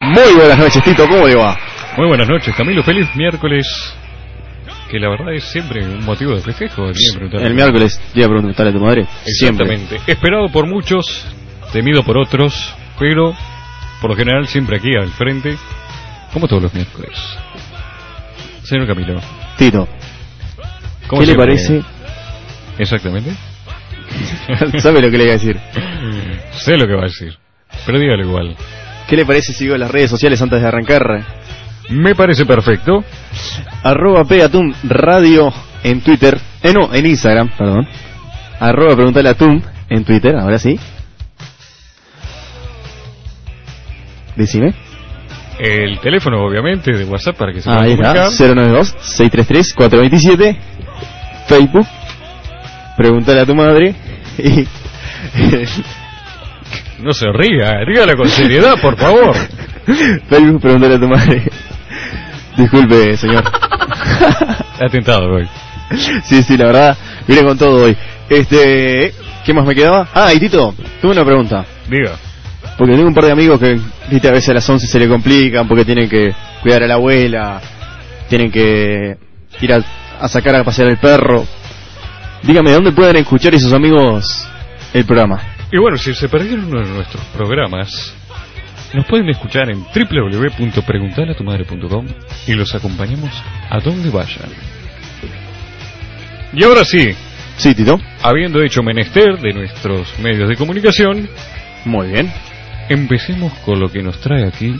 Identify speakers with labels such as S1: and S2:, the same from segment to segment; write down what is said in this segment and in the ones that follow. S1: Muy buenas noches, Tito, ¿cómo le va?
S2: Muy buenas noches, Camilo. Feliz miércoles. Que la verdad es siempre un motivo de festejo. tenía que preguntarle.
S1: El miércoles te iba a preguntar a tu madre. Siempre.
S2: Exactamente. Esperado por muchos, temido por otros, pero por lo general siempre aquí al frente, como todos los miércoles. Señor Camilo,
S1: Tito,
S2: ¿cómo
S1: ¿qué le
S2: siempre-
S1: parece?
S2: Exactamente.
S1: ¿Sabe lo que le voy a decir?
S2: sé lo que va a decir, pero dígalo igual.
S1: ¿Qué le parece si digo las redes sociales antes de arrancar?
S2: Me parece perfecto.
S1: Arroba Pegatum Radio en Twitter. Eh, no, en Instagram, perdón. Arroba Preguntale a Tum en Twitter, ahora sí. Decime.
S2: El teléfono, obviamente, de WhatsApp para que se pueda
S1: Ahí está,
S2: comunicar.
S1: 092-633-427, Facebook, pregúntale a tu madre y...
S2: No se ría, dígalo con seriedad, por favor.
S1: Facebook, pregúntale a tu madre. Disculpe, señor.
S2: Atentado, hoy.
S1: sí, sí, la verdad, vine con todo hoy. Este, ¿qué más me quedaba? Ah, y Tito, tuve una pregunta.
S2: Diga.
S1: Porque tengo un par de amigos que, viste, a veces a las 11 se le complican porque tienen que cuidar a la abuela, tienen que ir a, a sacar a pasear al perro. Dígame, ¿dónde pueden escuchar esos amigos el programa?
S2: Y bueno, si se perdieron uno de nuestros programas, nos pueden escuchar en www.preguntaleatumadre.com y los acompañamos a donde vayan. Y ahora sí,
S1: Sí, Tito.
S2: habiendo hecho menester de nuestros medios de comunicación,
S1: Muy bien.
S2: empecemos con lo que nos trae aquí,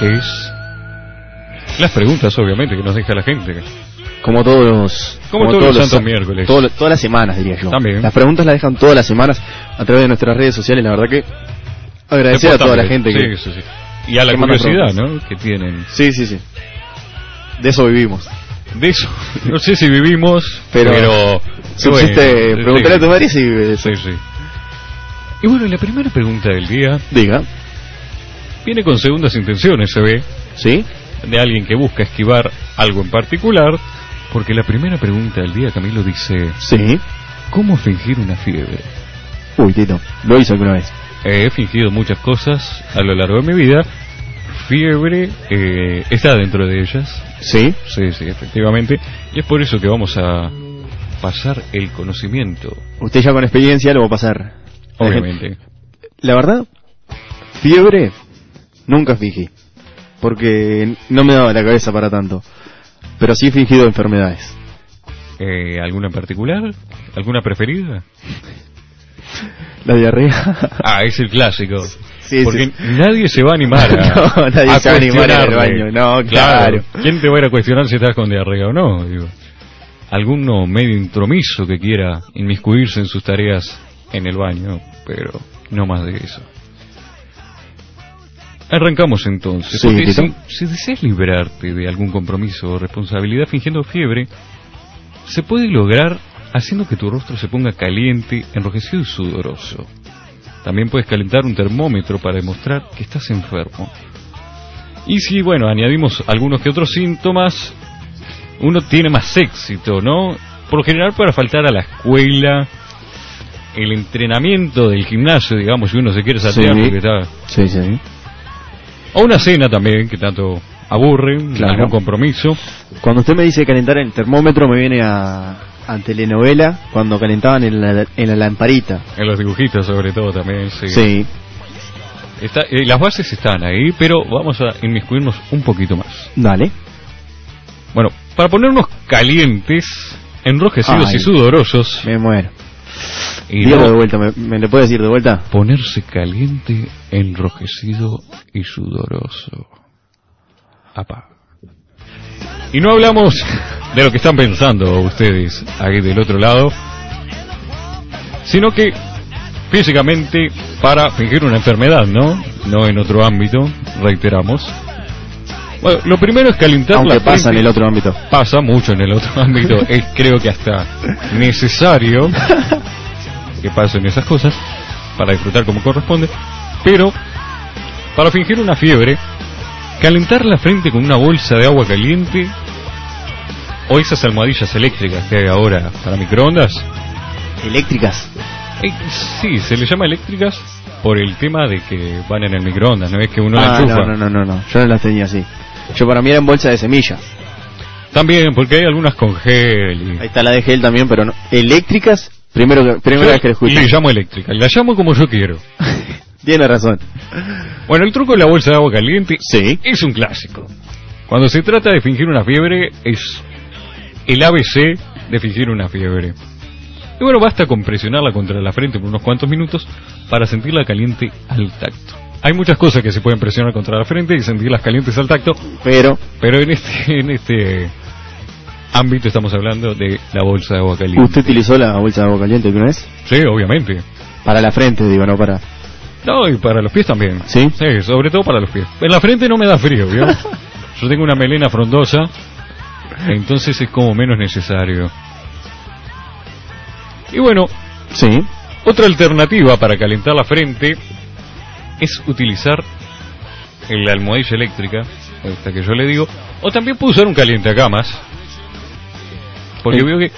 S2: que es las preguntas, obviamente, que nos deja la gente.
S1: Como todos los...
S2: Como todos los santos
S1: sa-
S2: miércoles.
S1: todo- todas las semanas, diría yo.
S2: También.
S1: Las preguntas las dejan todas las semanas a través de nuestras redes sociales. La verdad que agradecer a toda la gente
S2: Sí,
S1: que...
S2: sí, sí. Y a la
S1: que manda
S2: curiosidad, ¿no? Que tienen.
S1: Sí, sí, sí. De eso vivimos.
S2: De eso, no sé si vivimos,
S1: Pero-
S2: pero.
S1: Subsiste,
S2: bueno,
S1: preguntarle a tu
S2: sí.
S1: madre si vive de eso.
S2: Sí, sí. Y bueno, la primera pregunta del día
S1: Diga.
S2: viene con segundas intenciones, se ve,
S1: ¿Sí?
S2: de alguien que busca esquivar algo en particular, porque la primera pregunta del día, Camilo, dice,
S1: Sí.
S2: ¿cómo fingir una fiebre?
S1: Uy, Tito, lo hizo alguna vez.
S2: Eh, he fingido muchas cosas a lo largo de mi vida, fiebre eh, está dentro de ellas,
S1: ¿Sí?
S2: sí, sí, efectivamente, y es por eso que vamos a pasar el conocimiento,
S1: Usted ya con experiencia lo va a pasar.
S2: obviamente.
S1: La verdad, fiebre nunca fingí. Porque no me daba la cabeza para tanto. Pero sí he fingido enfermedades.
S2: Eh, ¿Alguna en particular? ¿Alguna preferida?
S1: La diarrea.
S2: Ah, es el clásico.
S1: Sí,
S2: Porque
S1: sí.
S2: nadie se va a animar a,
S1: No, nadie
S2: a
S1: se va a animar a ir al baño.
S2: cuestionarme.
S1: No, claro.
S2: ¿Quién te va a ir a cuestionar si estás con diarrea o no? Digo, alguno medio intromiso que quiera inmiscuirse en sus tareas en el baño, pero no más de eso. Arrancamos entonces.
S1: Sí,
S2: porque
S1: Tito.
S2: si, si deseas librarte de algún compromiso o responsabilidad fingiendo fiebre, se puede lograr haciendo que tu rostro se ponga caliente, enrojecido y sudoroso. También puedes calentar un termómetro para demostrar que estás enfermo. Y si, bueno, añadimos algunos que otros síntomas, uno tiene más éxito, ¿no? Por lo general para faltar a la escuela, el entrenamiento del gimnasio, digamos, si uno se quiere saltear
S1: Sí.
S2: porque está...
S1: Sí, sí.
S2: O una cena también, que tanto aburre,
S1: Claro.
S2: algún compromiso.
S1: Cuando usted me dice calentar el termómetro, me viene a, a telenovela cuando calentaban en la, en la lamparita.
S2: En los dibujitos sobre todo también, sí.
S1: Sí.
S2: Está- eh, las bases están ahí, pero vamos a inmiscuirnos un poquito más.
S1: Dale.
S2: Bueno, para ponernos calientes, enrojecidos
S1: Ay.
S2: y sudorosos,
S1: Me muero.
S2: y
S1: Dígalo
S2: no-
S1: de vuelta, ¿me, me lo puede decir de vuelta?
S2: ponerse caliente, enrojecido y sudoroso. Apa. Y no hablamos de lo que están pensando ustedes ahí del otro lado, sino que físicamente para fingir una enfermedad, ¿no? No en otro ámbito, reiteramos. Bueno, lo primero es calentar
S1: Aunque
S2: la
S1: pasa en
S2: frente.
S1: el otro ámbito.
S2: Pasa mucho en el otro ámbito, es creo que hasta necesario que pasen esas cosas para disfrutar como corresponde, pero para fingir una fiebre, calentar la frente con una bolsa de agua caliente o esas almohadillas eléctricas que hay ahora para microondas,
S1: Eléctricas.
S2: Eh, sí, se le llama eléctricas por el tema de que van en el microondas, no es que uno la
S1: ah,
S2: enchufa.
S1: no, no, no, no, no. Yo no las tenía así. Yo para mí eran bolsas de semillas.
S2: También, porque hay algunas con gel. y-
S1: Ahí está la de gel también, pero no. Eléctricas, primero que, primera vez que la
S2: Yo
S1: escucho.
S2: le llamo eléctrica, la llamo como yo quiero.
S1: Tiene razón.
S2: Bueno, el truco de la bolsa de agua caliente
S1: Sí.
S2: es un clásico. Cuando se trata de fingir una fiebre, es el ABC de fingir una fiebre. Y bueno, basta con presionarla contra la frente por unos cuantos minutos para sentirla caliente al tacto. Hay muchas cosas que se pueden presionar contra la frente y sentirlas calientes al tacto,
S1: Pero,
S2: pero en este, en este ámbito estamos hablando de la bolsa de agua caliente.
S1: ¿usted utilizó la bolsa de agua caliente alguna vez?
S2: Sí, obviamente.
S1: Para la frente, digo, no para.
S2: No, y para los pies también.
S1: ¿Sí?
S2: Sí, sobre todo para los pies. En la frente no me da frío, ¿vio? Yo tengo una melena frondosa, entonces es como menos necesario. Y bueno,
S1: Sí.
S2: otra alternativa para calentar la frente es utilizar la almohadilla eléctrica, esta que yo le digo, o también puedo usar un calientacamas, porque
S1: Sí.
S2: veo que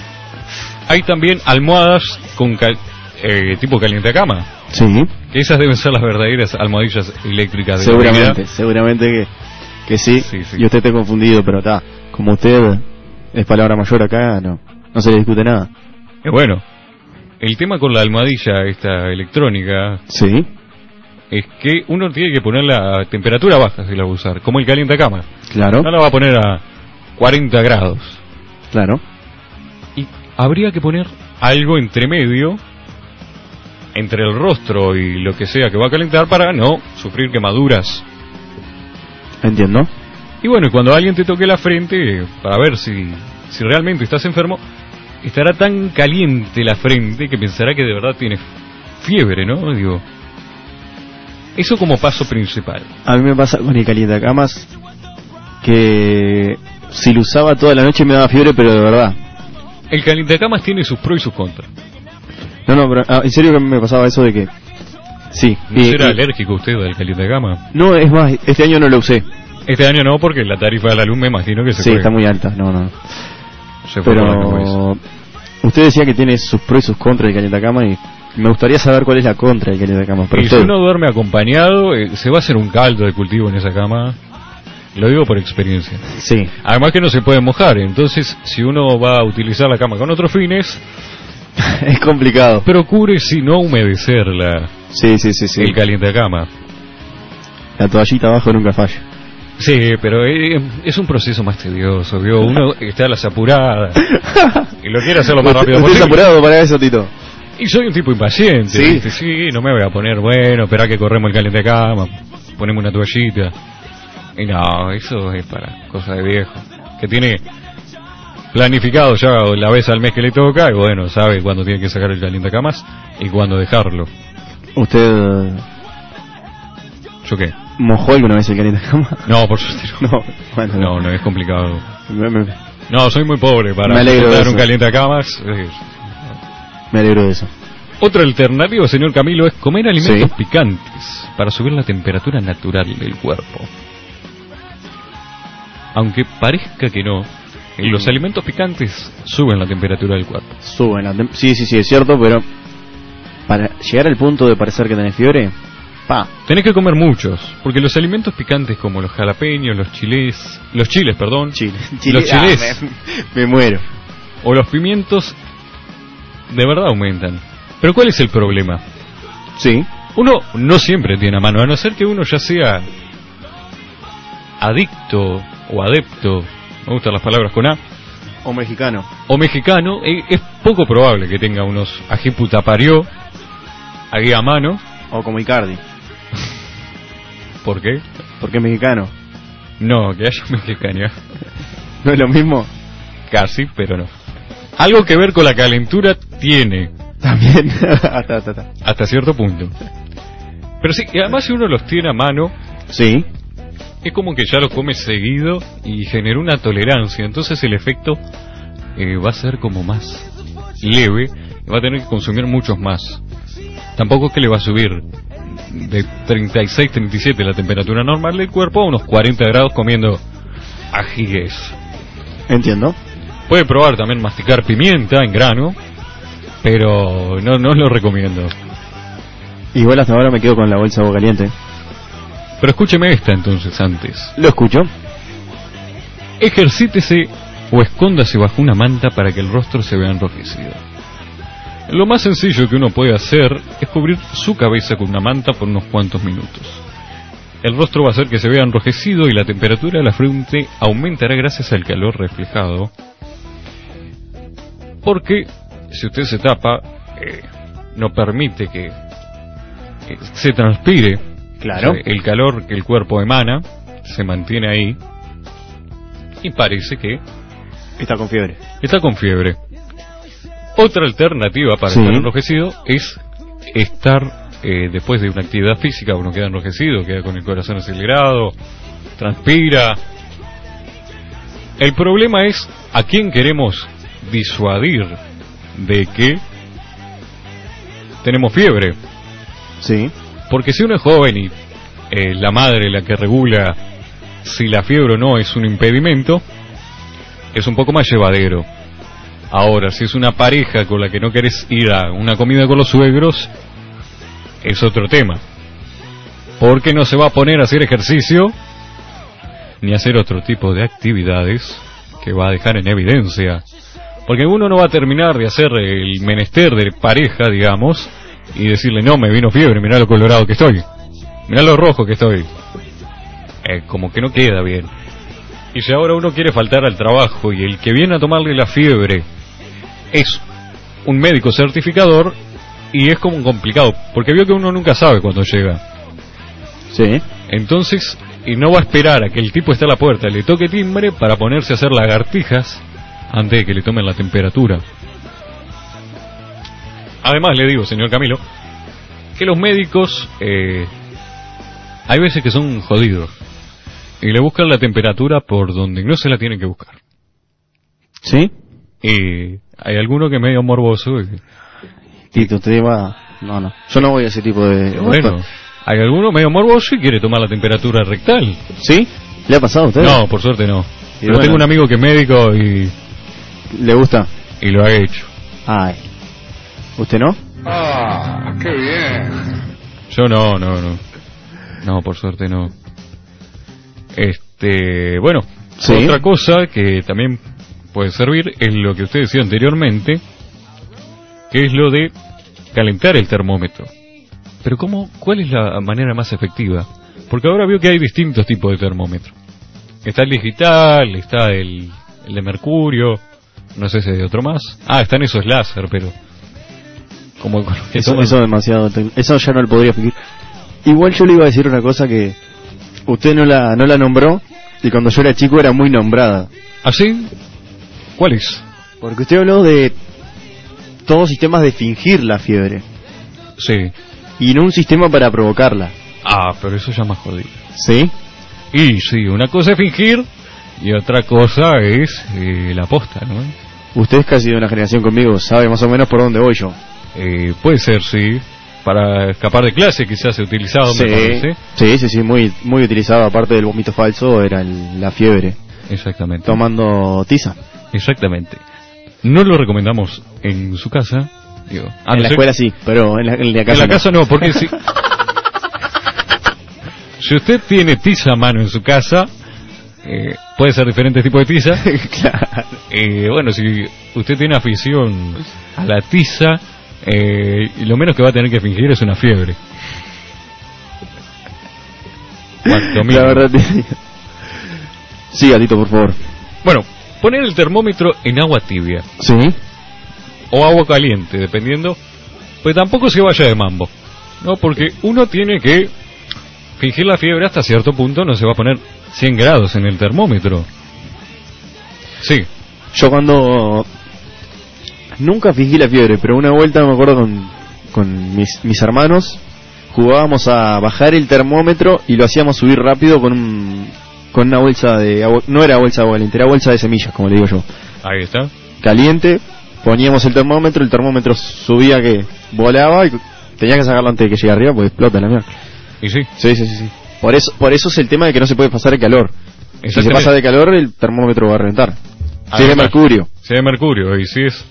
S2: hay también almohadas con cal- eh, tipo calientacama.
S1: Sí.
S2: Que esas deben ser las verdaderas almohadillas eléctricas de
S1: Seguramente,
S2: Navidad.
S1: seguramente que, que sí.
S2: Sí, sí.
S1: Y usted está confundido, pero está. Como usted es palabra mayor acá, no, no se le discute nada.
S2: Eh, bueno, el tema con la almohadilla esta electrónica
S1: Sí.
S2: es que uno tiene que ponerla a temperatura baja si la va a usar, como el calientacama.
S1: Claro,
S2: No la va a poner a 40 grados.
S1: claro.
S2: Y habría que poner algo entre medio entre el rostro y lo que sea que va a calentar para no sufrir quemaduras.
S1: Entiendo.
S2: Y bueno, y cuando alguien te toque la frente, para ver si, si realmente estás enfermo, estará tan caliente la frente que pensará que de verdad tienes fiebre, ¿no? Digo, eso como paso principal.
S1: A mí me pasa con el calientacamas que si lo usaba toda la noche me daba fiebre, pero de verdad.
S2: El calientacamas tiene sus pros y sus contras.
S1: No, no, pero ah, en serio que me pasaba eso de que. Sí.
S2: ¿No
S1: y-
S2: será
S1: y-
S2: alérgico usted al calientacamas?
S1: no, es más, este año no lo usé.
S2: Este año no, porque la tarifa de la luz me imagino que se
S1: sí,
S2: fue.
S1: está muy alta. No, no.
S2: se fue este por las nubes.
S1: Pero usted decía que tiene sus pros y sus contras del calientacama y me gustaría saber cuál es la contra del calientacama. Pero
S2: Y si
S1: usted-
S2: uno duerme acompañado, eh, se va a hacer un caldo de cultivo en esa cama. Lo digo por experiencia.
S1: Sí,
S2: Además que no se puede mojar, entonces si uno va a utilizar la cama con otros fines,
S1: es complicado.
S2: procure si no humedecer la,
S1: Sí, sí, sí, sí.
S2: el calientacama.
S1: La toallita abajo nunca falla.
S2: Sí, pero eh, es un proceso más tedioso, ¿vio? Uno está a las apuradas y lo quiere hacer lo más
S1: Usted-
S2: rápido
S1: usted es
S2: posible.
S1: apurado para eso, Tito.
S2: Y soy un tipo impaciente,
S1: Sí.
S2: ¿viste? sí, no me voy a poner, bueno, espera que corremos el calientacama, ponemos una toallita. Y no, eso es para cosa de viejo, que tiene planificado ya la vez al mes que le toca, y bueno, sabe cuándo tiene que sacar el calientacamas y cuándo dejarlo.
S1: ¿Usted eh,
S2: ¿Yo qué?
S1: mojó alguna vez el calientacama?
S2: No, por suerte no.
S1: No, bueno,
S2: No, no, es complicado.
S1: Me, me-
S2: No, soy muy pobre para
S1: Me alegro de
S2: comprar
S1: eso.
S2: un calientacamas. eh.
S1: me alegro de eso.
S2: Otra alternativa, señor Camilo, es comer alimentos
S1: Sí.
S2: picantes para subir la temperatura natural del cuerpo. Aunque parezca que no, los alimentos picantes suben la temperatura del cuerpo.
S1: Suben la tem- Sí, sí, sí, es cierto, pero para llegar al punto de parecer que tenés fiebre, pa,
S2: Tenés que comer muchos, porque los alimentos picantes como los jalapeños, los chiles, los chiles, perdón,
S1: chile.
S2: Los
S1: ah,
S2: chilés.
S1: me, me muero.
S2: o los pimientos, de verdad aumentan. Pero ¿cuál es el problema?
S1: Sí,
S2: Uno no siempre tiene a mano, a no ser que uno ya sea adicto o adepto, me gustan las palabras con A,
S1: o mexicano.
S2: o mexicano, e- es poco probable que tenga unos ajiputaparió ahí a mano.
S1: O como Icardi.
S2: ¿Por qué?
S1: Porque es mexicano.
S2: No, que haya mexicano.
S1: ¿No es lo mismo?
S2: Casi, pero no. Algo que ver con la calentura tiene,
S1: También. hasta, hasta, hasta.
S2: hasta cierto punto. Pero sí, y además si uno los tiene a mano,
S1: Sí.
S2: es como que ya lo come seguido y generó una tolerancia, entonces el efecto eh, va a ser como más leve, y va a tener que consumir muchos más. Tampoco es que le va a subir de 36, 37 la temperatura normal del cuerpo a unos 40 grados comiendo ajíes.
S1: Entiendo.
S2: Puede probar también masticar pimienta en grano, pero no, no lo recomiendo.
S1: Igual hasta ahora me quedo con la bolsa de agua caliente.
S2: Pero escúcheme esta entonces antes.
S1: Lo escucho.
S2: Ejercítese o escóndase bajo una manta para que el rostro se vea enrojecido. Lo más sencillo que uno puede hacer es cubrir su cabeza con una manta por unos cuantos minutos. El rostro va a hacer que se vea enrojecido y la temperatura de la frente aumentará gracias al calor reflejado. Porque si usted se tapa, eh, no permite que eh, se transpire.
S1: Claro.
S2: O sea, el calor que el cuerpo emana se mantiene ahí y parece que
S1: Está con fiebre.
S2: está con fiebre. Otra alternativa para
S1: Sí.
S2: estar enrojecido es estar eh, después de una actividad física, uno queda enrojecido, queda con el corazón acelerado, transpira. El problema es a quién queremos disuadir de que tenemos fiebre.
S1: Sí.
S2: Porque si uno es joven y eh, la madre la que regula si la fiebre o no es un impedimento, es un poco más llevadero. Ahora, si es una pareja con la que no querés ir a una comida con los suegros, es otro tema. Porque no se va a poner a hacer ejercicio ni a hacer otro tipo de actividades que va a dejar en evidencia. Porque uno no va a terminar de hacer el menester de pareja, digamos, y decirle, no, me vino fiebre, mirá lo colorado que estoy, mirá lo rojo que estoy. Eh, como que no queda bien. Y si ahora uno quiere faltar al trabajo y el que viene a tomarle la fiebre es un médico certificador, y es como complicado, porque vio que uno nunca sabe cuando llega.
S1: Sí.
S2: Entonces, y no va a esperar a que el tipo esté a la puerta, le toque timbre para ponerse a hacer lagartijas antes de que le tomen la temperatura. Además, le digo, señor Camilo, que los médicos eh, hay veces que son jodidos y le buscan la temperatura por donde no se la tienen que buscar.
S1: ¿Sí?
S2: Y hay alguno que es medio morboso. y-
S1: Tito, te va... No, no. Yo no voy a ese tipo de...
S2: bueno, hay alguno medio morboso y quiere tomar la temperatura rectal.
S1: ¿Sí? ¿Le ha pasado a usted?
S2: No, por suerte no.
S1: Y
S2: Pero
S1: bueno.
S2: tengo un amigo que es médico y
S1: ¿Le gusta?
S2: y lo ha hecho.
S1: Ay. ¿Usted no?
S3: Ah, qué bien.
S2: Yo no, no, no. No, por suerte no. Este, bueno,
S1: Sí.
S2: otra cosa que también puede servir es lo que usted decía anteriormente, que es lo de calentar el termómetro. Pero cómo, ¿cuál es la manera más efectiva? Porque ahora veo que hay distintos tipos de termómetro. Está el digital, está el, el de mercurio, no sé si hay otro más. Ah, están esos láser, pero como con los que
S1: Eso,
S2: toman-
S1: eso demasiado. tec- Eso ya no lo podría fingir. Igual yo le iba a decir una cosa que usted no la, no la nombró y cuando yo era chico era muy nombrada.
S2: ¿Así? ¿Ah, ¿Cuál es?
S1: Porque usted habló de todos sistemas de fingir la fiebre
S2: Sí.
S1: y no un sistema para provocarla.
S2: Ah, pero eso ya más jodido.
S1: ¿Sí?
S2: Y sí, una cosa es fingir y otra cosa es eh, la posta, ¿no?
S1: Usted es casi de una generación conmigo, sabe más o menos por dónde voy yo.
S2: Eh, puede ser, sí. Para escapar de clase quizás se ha utilizado, me parece.
S1: Ah, sí, sí, sí, muy, muy utilizado, aparte del vómito falso, era el- la fiebre.
S2: Exactamente.
S1: Tomando tiza.
S2: Exactamente. No lo recomendamos en su casa. Digo, a
S1: en
S2: no
S1: la
S2: ser-
S1: escuela sí, pero en la, en la
S2: Ah, En
S1: casa
S2: la
S1: no.
S2: casa no, porque si... si usted tiene tiza a mano en su casa, eh, puede ser diferentes tipos de tiza.
S1: claro.
S2: Eh, bueno, si usted tiene afición a la tiza, eh, y lo menos que va a tener que fingir es una fiebre. Cuanto mínimo.
S1: La verdad. te- Sí, gatito, por favor.
S2: Bueno, poner el termómetro en agua tibia
S1: Sí.
S2: o agua caliente, dependiendo, pues tampoco se vaya de mambo, ¿no? Porque uno tiene que fingir la fiebre hasta cierto punto, no se va a poner 100 grados en el termómetro. Sí,
S1: Yo cuando... Nunca fingí la fiebre, pero una vuelta me acuerdo con, con mis, mis hermanos, jugábamos a bajar el termómetro y lo hacíamos subir rápido con un, con una bolsa de agua, no era bolsa de agua caliente, era bolsa de semillas, como le digo yo.
S2: ahí está.
S1: Caliente, poníamos el termómetro, el termómetro subía que volaba y tenía que sacarlo antes de que llegue arriba porque explota la mierda.
S2: Y sí,
S1: Sí, sí, sí, sí. Por eso, por eso es el tema de que no se puede pasar de calor. Si se
S2: Exactamente.
S1: pasa de calor, el termómetro va a reventar. Si es de
S2: Además.
S1: mercurio.
S2: si es mercurio y si es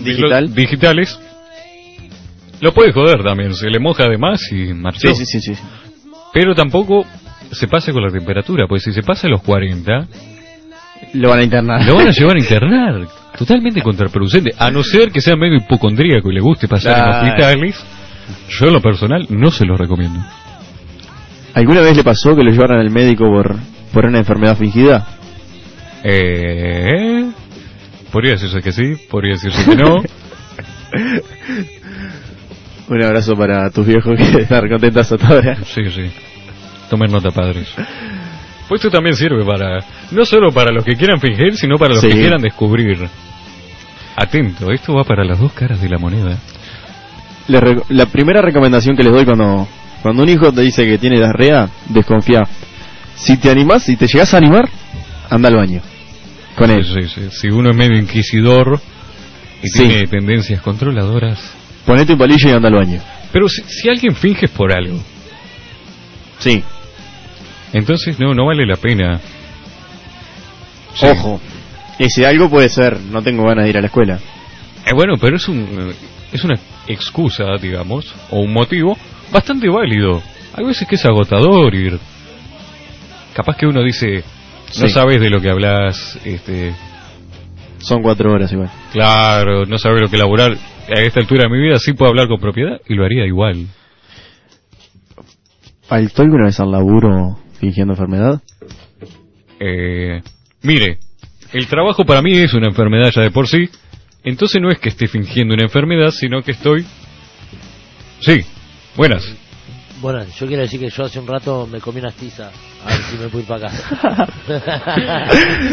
S1: Digital.
S2: digitales. Lo puede joder también, se le moja además y
S1: Sí,
S2: marchó.
S1: sí, sí, sí.
S2: Pero tampoco se pase con la temperatura, porque si se pasa a los 40,
S1: Lo van a internar.
S2: lo van a llevar a internar. Totalmente contraproducente. A no ser que sea medio hipocondríaco y le guste pasar
S1: Claro.
S2: en hospitales, yo en lo personal no se lo recomiendo.
S1: ¿Alguna vez le pasó que lo llevaran al médico por, por una enfermedad fingida?
S2: Eh, podría decirse que sí, podría decirse que no.
S1: Un abrazo para tus viejos que están contentas hasta ahora.
S2: Sí, sí. Tomen nota, padres. Pues esto también sirve para, no solo para los que quieran fingir, sino para los
S1: Sí.
S2: que quieran descubrir. Atento, esto va para las dos caras de la moneda.
S1: Les reco- la primera recomendación que les doy cuando, cuando un hijo te dice que tiene diarrea, desconfía. Si te animás, si te llegás a animar, anda al baño. Con él.
S2: Sí, sí, sí. Si uno es medio inquisidor y
S1: Sí.
S2: tiene tendencias controladoras.
S1: Ponete un palillo y anda al baño.
S2: Pero si, si alguien finge es por algo,
S1: Sí.
S2: entonces no, no vale la pena. Sí.
S1: Ojo. Ese algo puede ser, no tengo ganas de ir a la escuela.
S2: Eh, bueno, pero es, un, es una excusa, digamos, o un motivo bastante válido. Hay veces que es agotador ir. Capaz que uno dice, no
S1: Sí.
S2: sabes de lo que hablas, este,
S1: Son cuatro horas igual.
S2: claro, no sabes lo que laborar. A esta altura de mi vida sí puedo hablar con propiedad y lo haría igual.
S1: ¿Faltó alguna vez al laburo fingiendo enfermedad?
S2: Eh, mire, el trabajo para mí es una enfermedad ya de por sí, entonces no es que esté fingiendo una enfermedad, sino que estoy... Sí, buenas.
S4: Bueno, yo quiero decir que yo hace un rato me comí unas tizas. A ver si me puedo ir para casa.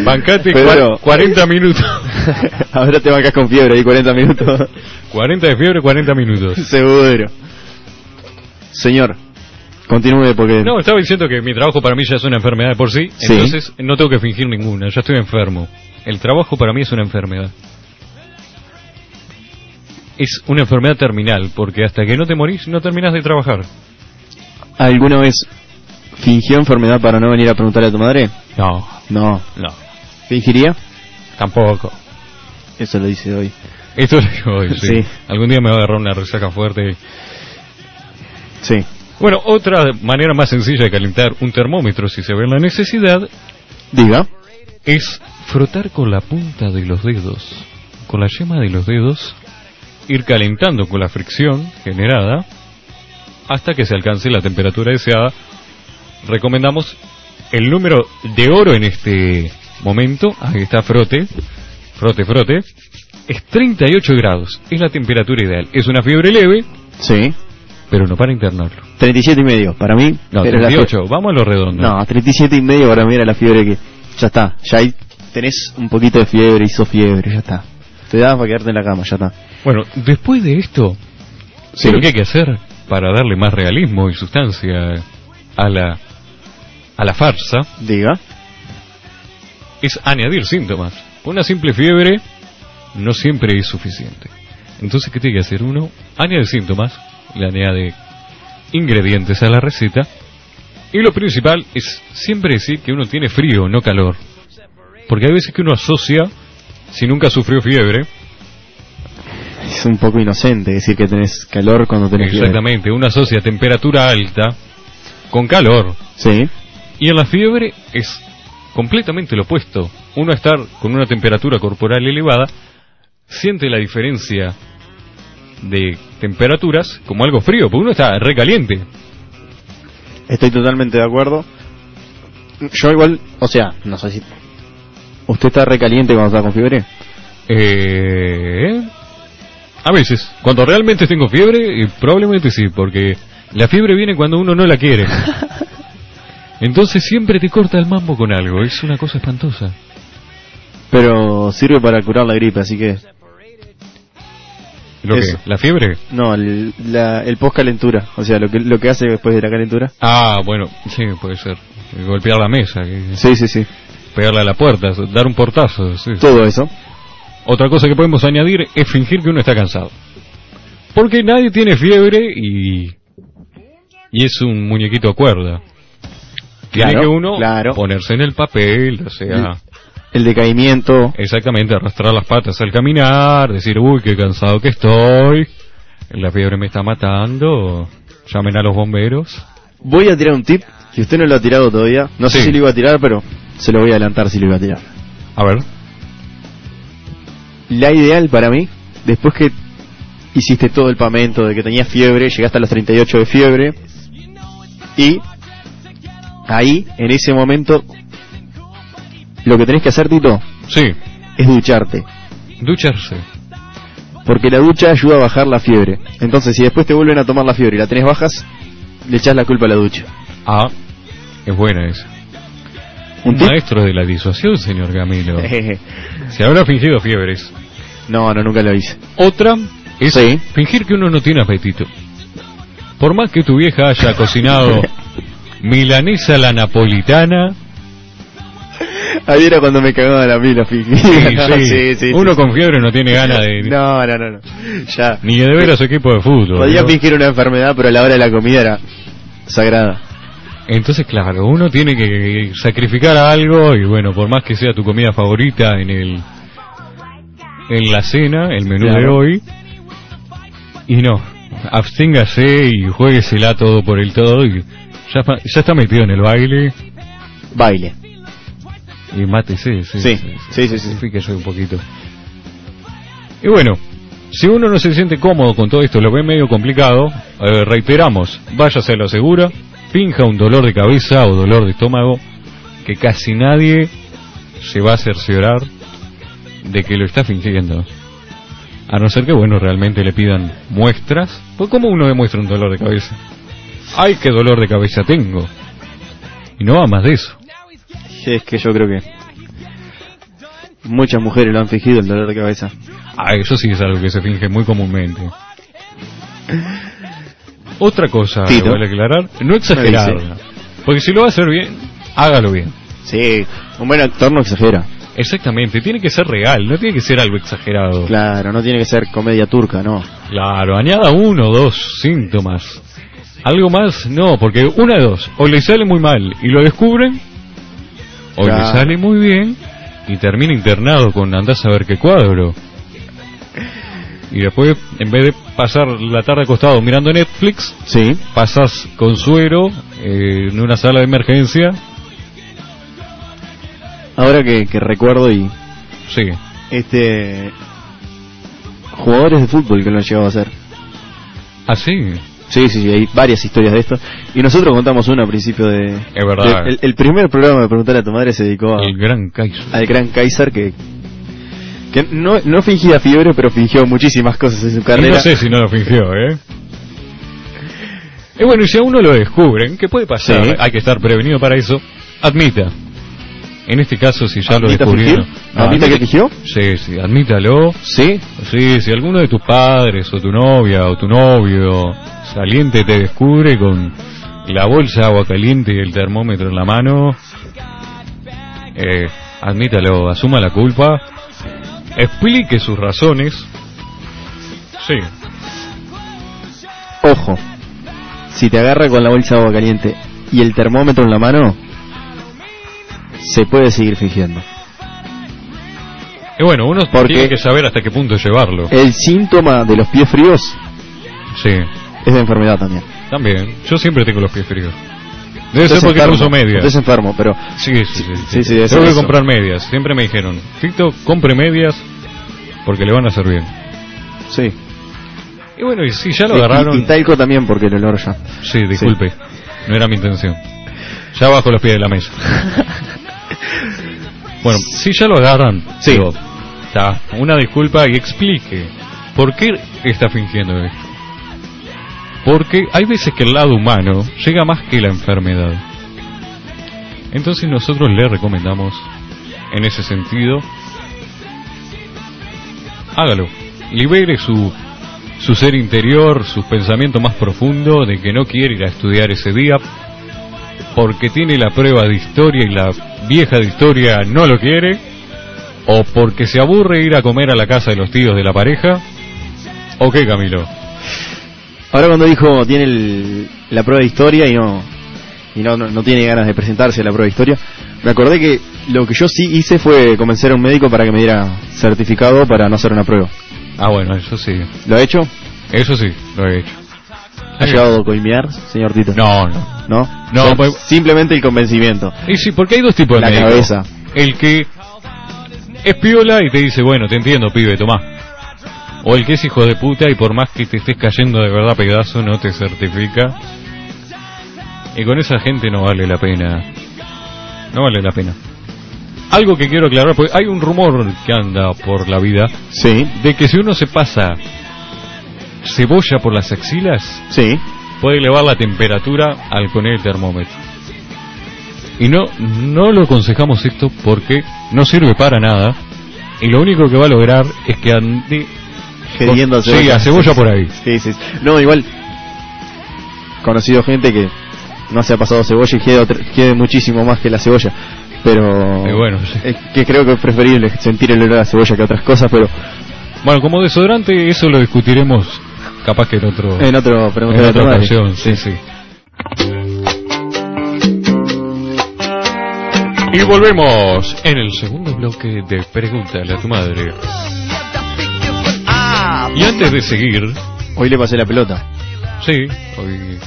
S2: Bancate
S1: Pedro.
S2: cua- 40 minutos.
S1: Ahora te bancas con fiebre ahí 40 minutos.
S2: 40 de fiebre, 40 minutos.
S1: Seguro. Señor, continúe porque...
S2: No, estaba diciendo que mi trabajo para mí ya es una enfermedad de por sí,
S1: Sí.
S2: entonces no tengo que fingir ninguna, ya estoy enfermo. El trabajo para mí es una enfermedad. Es una enfermedad terminal, porque hasta que no te morís no terminas de trabajar.
S1: ¿Alguna vez fingió enfermedad para no venir a preguntarle a tu madre?
S2: No,
S1: No.
S2: no,
S1: ¿Fingiría?
S2: tampoco.
S1: Eso lo dice hoy.
S2: Esto lo digo hoy, sí.
S1: Sí.
S2: Algún día me va a agarrar una resaca fuerte.
S1: Sí.
S2: Bueno, otra manera más sencilla de calentar un termómetro si se ve la necesidad
S1: Diga.
S2: es frotar con la punta de los dedos, con la yema de los dedos, ir calentando con la fricción generada hasta que se alcance la temperatura deseada. Recomendamos el número de oro en este momento, ahí está frote, frote, frote, es 38 grados, es la temperatura ideal. Es una fiebre leve,
S1: Sí.
S2: pero no para internarlo.
S1: 37 y medio para mí.
S2: No,
S1: era la
S2: 38, vamos a lo
S1: fie-
S2: redondo.
S1: No, 37 y medio para mí era la fiebre que... Ya está. Ya ahí tenés un poquito de fiebre, hizo fiebre, ya está. Te da para quedarte en la cama, ya está.
S2: Bueno, después de esto,
S1: Sí.
S2: ¿qué es lo que hay que hacer para darle más realismo y sustancia a la, a la farsa?
S1: Diga.
S2: Es añadir síntomas. Una simple fiebre no siempre es suficiente. Entonces, ¿qué tiene que hacer uno? Añade síntomas, le añade ingredientes a la receta. Y lo principal es siempre decir que uno tiene frío, no calor. Porque hay veces que uno asocia, si nunca sufrió fiebre,
S1: Es un poco inocente decir que tenés calor cuando tenés fiebre.
S2: Exactamente, uno asocia temperatura alta con calor.
S1: Sí.
S2: Y en la fiebre es completamente lo opuesto. Uno a estar con una temperatura corporal elevada siente la diferencia de temperaturas como algo frío, porque uno está recaliente.
S1: Estoy totalmente de acuerdo. Yo igual, o sea, no sé si... ¿Usted está recaliente cuando está con fiebre?
S2: Eh, a veces, cuando realmente tengo fiebre, eh, probablemente sí, porque la fiebre viene cuando uno no la quiere. Entonces siempre te corta el mambo con algo, es una cosa espantosa.
S1: Pero sirve para curar la gripe, así que...
S2: ¿Lo
S1: Eso.
S2: qué? ¿La fiebre?
S1: No, el, la, el post calentura, o sea, lo que, lo que hace después de la calentura.
S2: Ah, bueno, sí, puede ser. Golpear la mesa, que-
S1: Sí, sí, sí.
S2: pegarle a la puerta, dar un portazo. sí.
S1: Todo eso.
S2: Otra cosa que podemos añadir es fingir que uno está cansado. Porque nadie tiene fiebre y. y es un muñequito a cuerda. Tiene
S1: Claro,
S2: que uno
S1: claro.
S2: Mm. ponerse en el papel, o sea.
S1: el decaimiento.
S2: Exactamente, arrastrar las patas al caminar, decir, uy, qué cansado que estoy, la fiebre me está matando, llamen a los bomberos.
S1: Voy a tirar un tip que usted no lo ha tirado todavía. No sé
S2: Sí.
S1: si lo iba a tirar, pero se lo voy a adelantar si lo iba a tirar.
S2: A ver,
S1: La ideal para mí, después que hiciste todo el pamento de que tenías fiebre, llegaste a los 38 de fiebre, y ahí, en ese momento, lo que tenés que hacer, Tito,
S2: sí,
S1: es ducharte.
S2: ducharse.
S1: Porque la ducha ayuda a bajar la fiebre. Entonces, si después te vuelven a tomar la fiebre y la tenés bajas, le echás la culpa a la ducha.
S2: Ah, es buena esa.
S1: ¿Un
S2: Un
S1: tip? Eh.
S2: maestro de la disuasión, señor Camilo.
S1: Jeje.
S2: Se habrá fingido fiebres.
S1: no, no, nunca lo hice.
S2: Otra es
S1: Sí.
S2: fingir que uno no tiene apetito. Por más que tu vieja haya cocinado milanesa a la napolitana,
S1: Ahí era cuando me cagaba la pila, fingí.
S2: sí,
S1: No,
S2: sí.
S1: sí, sí,
S2: uno
S1: sí.
S2: con fiebre no tiene ganas de...
S1: No, no, no, no. Ya.
S2: Ni de ver a su equipo de fútbol.
S1: Podía
S2: ¿no?
S1: fingir una enfermedad, pero a la hora de la comida era sagrada.
S2: Entonces, claro, uno tiene que sacrificar algo y bueno, por más que sea tu comida favorita en el en la cena, el menú de
S1: Claro.
S2: hoy, y no, absténgase y jueguesela todo por el todo y ya, fa- ya está metido en el baile
S1: Baile.
S2: y mátese. Sí,
S1: Sí, sí, sí, sí.
S2: sacrifíquese un poquito. Y bueno, si uno no se siente cómodo con todo esto, lo ve medio complicado, eh, reiteramos, váyase a lo segura, finja un dolor de cabeza o dolor de estómago, que casi nadie se va a cerciorar de que lo está fingiendo. A no ser que, bueno, realmente le pidan muestras. Pues ¿cómo uno demuestra un dolor de cabeza? ¡Ay, qué dolor de cabeza tengo! Y no va más de eso.
S1: Es que yo creo que muchas mujeres lo han fingido el dolor de cabeza.
S2: Ah, eso sí es algo que se finge muy comúnmente. Otra cosa que
S1: Tito.
S2: vale aclarar, no exagerarla. Porque si lo va a hacer bien, hágalo bien.
S1: Sí, un buen actor no exagera.
S2: Exactamente, tiene que ser real, no tiene que ser algo exagerado.
S1: Claro, no tiene que ser comedia turca, no.
S2: Claro, añada uno o dos síntomas. Algo más, no, porque una de dos, o le sale muy mal y lo descubren, o le
S1: Claro.
S2: sale muy bien y termina internado con andás a ver qué cuadro. Y después, en vez de pasar la tarde acostado mirando Netflix,
S1: Sí.
S2: pasas con suero eh, en una sala de emergencia.
S1: Ahora que, que recuerdo y
S2: Sí,
S1: este jugadores de fútbol que lo han llegado a hacer.
S2: así.
S1: Sí, sí, sí, hay varias historias de esto. Y nosotros contamos una al principio de...
S2: Es verdad.
S1: de- el, el primer programa de Preguntar a tu Madre se dedicó a-
S2: el gran Kaiser.
S1: al gran Kaiser que... Que no, no fingía fiebre, pero fingió muchísimas cosas en su
S2: Y
S1: carrera.
S2: No sé si no lo fingió, ¿eh? Y bueno, y si a uno lo descubren, ¿qué puede pasar?
S1: Sí.
S2: Hay que estar prevenido para eso. Admita. En este caso, si ya lo
S1: ¿Admita
S2: descubrieron... Ah,
S1: fingir? ¿Admita que fingió?
S2: Sí, sí, admítalo.
S1: Sí,
S2: Sí, si alguno de tus padres, o tu novia, o tu novio, saliente te descubre con la bolsa de agua caliente y el termómetro en la mano, eh, admítalo, asuma la culpa, explique sus razones. Sí,
S1: Ojo, si te agarra con la bolsa de agua caliente y el termómetro en la mano, se puede seguir fingiendo.
S2: y bueno, uno
S1: ¿Por
S2: tiene
S1: qué? Eh.
S2: que saber hasta qué punto llevarlo.
S1: El síntoma de los pies fríos
S2: Sí,
S1: es de enfermedad también.
S2: también. Yo siempre tengo los pies fríos. Debe
S1: Usted
S2: ser
S1: es
S2: porque no
S1: enfermo,
S2: uso medias.
S1: usted es enfermo, pero
S2: Sí, sí, sí.
S1: Sí, sí, es
S2: Tengo que
S1: eso.
S2: comprar medias. Siempre me dijeron, Tito, compre medias porque le van a servir.
S1: sí.
S2: Y bueno, y si ya lo
S1: Y- y- Y,
S2: agarraron...
S1: talco también porque el olor ya.
S2: Sí, disculpe. No era mi intención. Ya bajo los pies de la mesa. bueno, si ya lo agarran,
S1: Sí.
S2: digo, está, una disculpa y explique por qué está fingiendo esto. Porque hay veces que el lado humano llega más que la enfermedad. Entonces nosotros le recomendamos, en ese sentido, hágalo. Libere su, su ser interior, su pensamiento más profundo de que no quiere ir a estudiar ese día porque tiene la prueba de historia y la vieja de historia no lo quiere, o porque se aburre ir a comer a la casa de los tíos de la pareja. ¿O qué, Camilo?
S1: Ahora cuando dijo tiene el- la prueba de historia y no y no, no, no tiene ganas de presentarse a la prueba de historia, me acordé que Lo que yo sí hice fue convencer a un médico para que me diera certificado para no hacer una prueba.
S2: Ah, bueno, eso sí.
S1: ¿Lo ha hecho?
S2: Eso sí, lo he hecho.
S1: ¿Ha llegado a coimiar, señor Tito?
S2: No, no.
S1: ¿No?
S2: No,
S1: O sea,
S2: pues-
S1: Simplemente el convencimiento.
S2: Y sí, porque hay dos tipos de
S1: La
S2: médico.
S1: cabeza.
S2: El que es piola y te dice, bueno, te entiendo, pibe, tomá. O el que es hijo de puta y por más que te estés cayendo de verdad pedazo, no te certifica. Y con esa gente no vale la pena. No vale la pena. Algo que quiero aclarar, porque hay un rumor que anda por la vida
S1: Sí,
S2: de que si uno se pasa cebolla por las axilas,
S1: sí.
S2: puede elevar la temperatura al poner el termómetro. Y no, no lo aconsejamos esto porque no sirve para nada y lo único que va a lograr es que ande
S1: Gediendo a
S2: Sí, a cebolla por ahí.
S1: Sí, sí. No, igual. Conocido gente que no se ha pasado cebolla y quiere muchísimo más que la cebolla. Pero.
S2: Eh, bueno, sí.
S1: eh, que creo que es preferible sentir el olor a la cebolla que a otras cosas, pero
S2: Bueno, como desodorante eso lo discutiremos capaz que en otro
S1: en otro. Pero
S2: en otra
S1: madre.
S2: ocasión, sí, sí. Y volvemos en el segundo bloque de Pregúntale a tu madre. Y antes de seguir,
S1: Hoy le pasé la pelota.
S2: Sí, hoy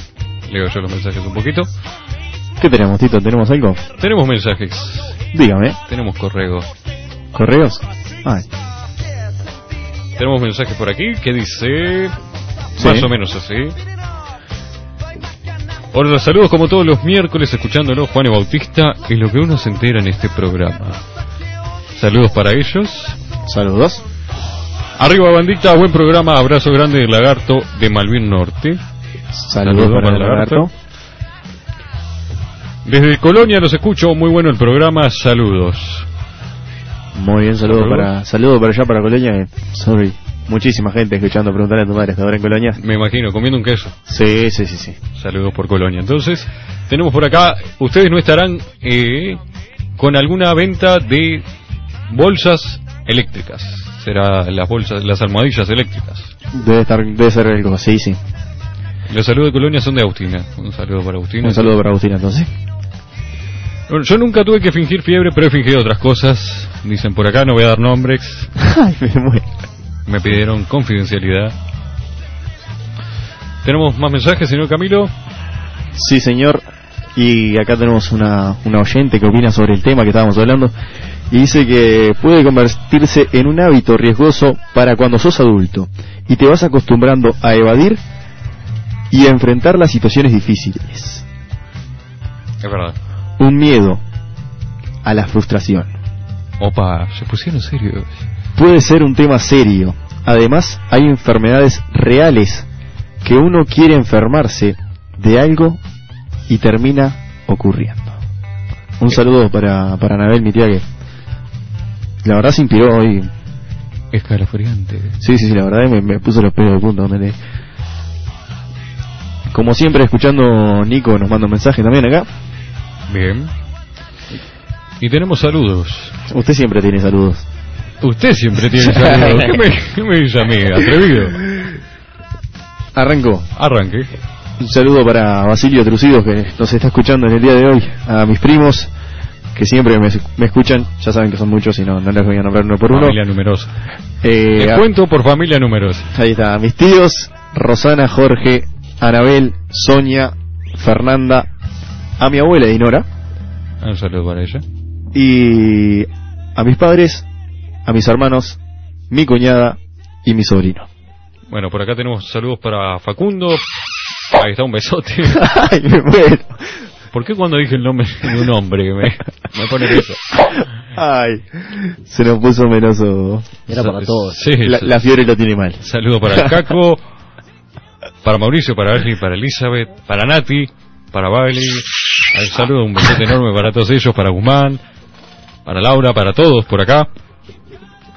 S2: leo yo los mensajes un poquito.
S1: ¿Qué tenemos, Tito? ¿Tenemos algo?
S2: Tenemos mensajes,
S1: Dígame.
S2: tenemos correo.
S1: ¿Correos? Ay.
S2: Tenemos mensajes por aquí que dice
S1: Sí.
S2: más o menos así. Hola, saludos como todos los miércoles escuchándolo Juan y Bautista y lo que uno se entera en este programa. Saludos para ellos.
S1: Saludos.
S2: Arriba bandita, buen programa, abrazo grande del lagarto de Malvin Norte.
S1: Saludos para el lagarto.
S2: Desde Colonia los escucho, muy bueno el programa, saludos.
S1: Muy bien, saludos
S2: Saludos.
S1: para saludos para allá para Colonia. eh, Sorry, muchísima gente escuchando preguntar a tu madre hasta ahora en Colonia.
S2: Me imagino, comiendo un queso.
S1: Sí, sí, sí, sí.
S2: Saludos por Colonia. Entonces, tenemos por acá, ustedes no estarán eh, con alguna venta de bolsas eléctricas. Será las bolsas, las almohadillas eléctricas.
S1: Debe estar debe ser algo, sí, sí.
S2: Los saludos de Colonia son de Agustina. Un saludo para Agustina.
S1: Un saludo para Agustina entonces.
S2: Bueno, Yo nunca tuve que fingir fiebre, pero he fingido otras cosas. Dicen por acá, no voy a dar nombres.
S1: Ay, me muero.
S2: Me pidieron confidencialidad. Tenemos más mensajes, señor Camilo.
S1: Sí, señor. Y acá tenemos una, una oyente que opina sobre el tema que estábamos hablando y dice que puede convertirse en un hábito riesgoso para cuando sos adulto y te vas acostumbrando a evadir y a enfrentar las situaciones difíciles.
S2: Es verdad.
S1: Un miedo a la frustración.
S2: Opa, se pusieron serios.
S1: puede ser un tema serio. Además, hay enfermedades reales que uno quiere enfermarse de algo y termina ocurriendo. Un saludo para, para Anabel, mi tía, que la verdad se inspiró hoy.
S2: Escalofriante.
S1: Sí, sí, sí, la verdad me, me puso los pelos de punta. donde le- Como siempre, escuchando Nico, nos manda un mensaje también acá.
S2: Bien. Y tenemos saludos.
S1: Usted siempre tiene saludos.
S2: Usted siempre tiene saludos. ¿Qué me, qué me dice a mí? Atrevido.
S1: Arrancó.
S2: Arranque.
S1: Un saludo para Basilio Trucidos que nos está escuchando en el día de hoy, a mis primos que siempre me, me escuchan, ya saben que son muchos y no, no les voy a nombrar uno por uno.
S2: Familia numerosa.
S1: Eh,
S2: Te
S1: a-
S2: cuento por familia numerosa.
S1: ahí está, a mis tíos, Rosana, Jorge, Anabel, Sonia, Fernanda, a mi abuela Dinora
S2: Ah, Un saludo para ella.
S1: y a mis padres, a mis hermanos, mi cuñada y mi sobrino.
S2: Bueno, por acá tenemos saludos para Facundo. Ahí está un besote.
S1: Ay, me muero.
S2: ¿Por qué cuando dije el nombre de un hombre me, me pone eso?
S1: Ay, se nos puso menoso.
S4: Era para todos.
S2: Sí,
S1: La,
S2: sí.
S1: la fiebre lo tiene mal.
S2: Saludos para Caco, para Mauricio, para Ashley, para Elizabeth, para Nati, para Bailey. Un saludo, un besote enorme para todos ellos, para Guzmán, para Laura, para todos por acá.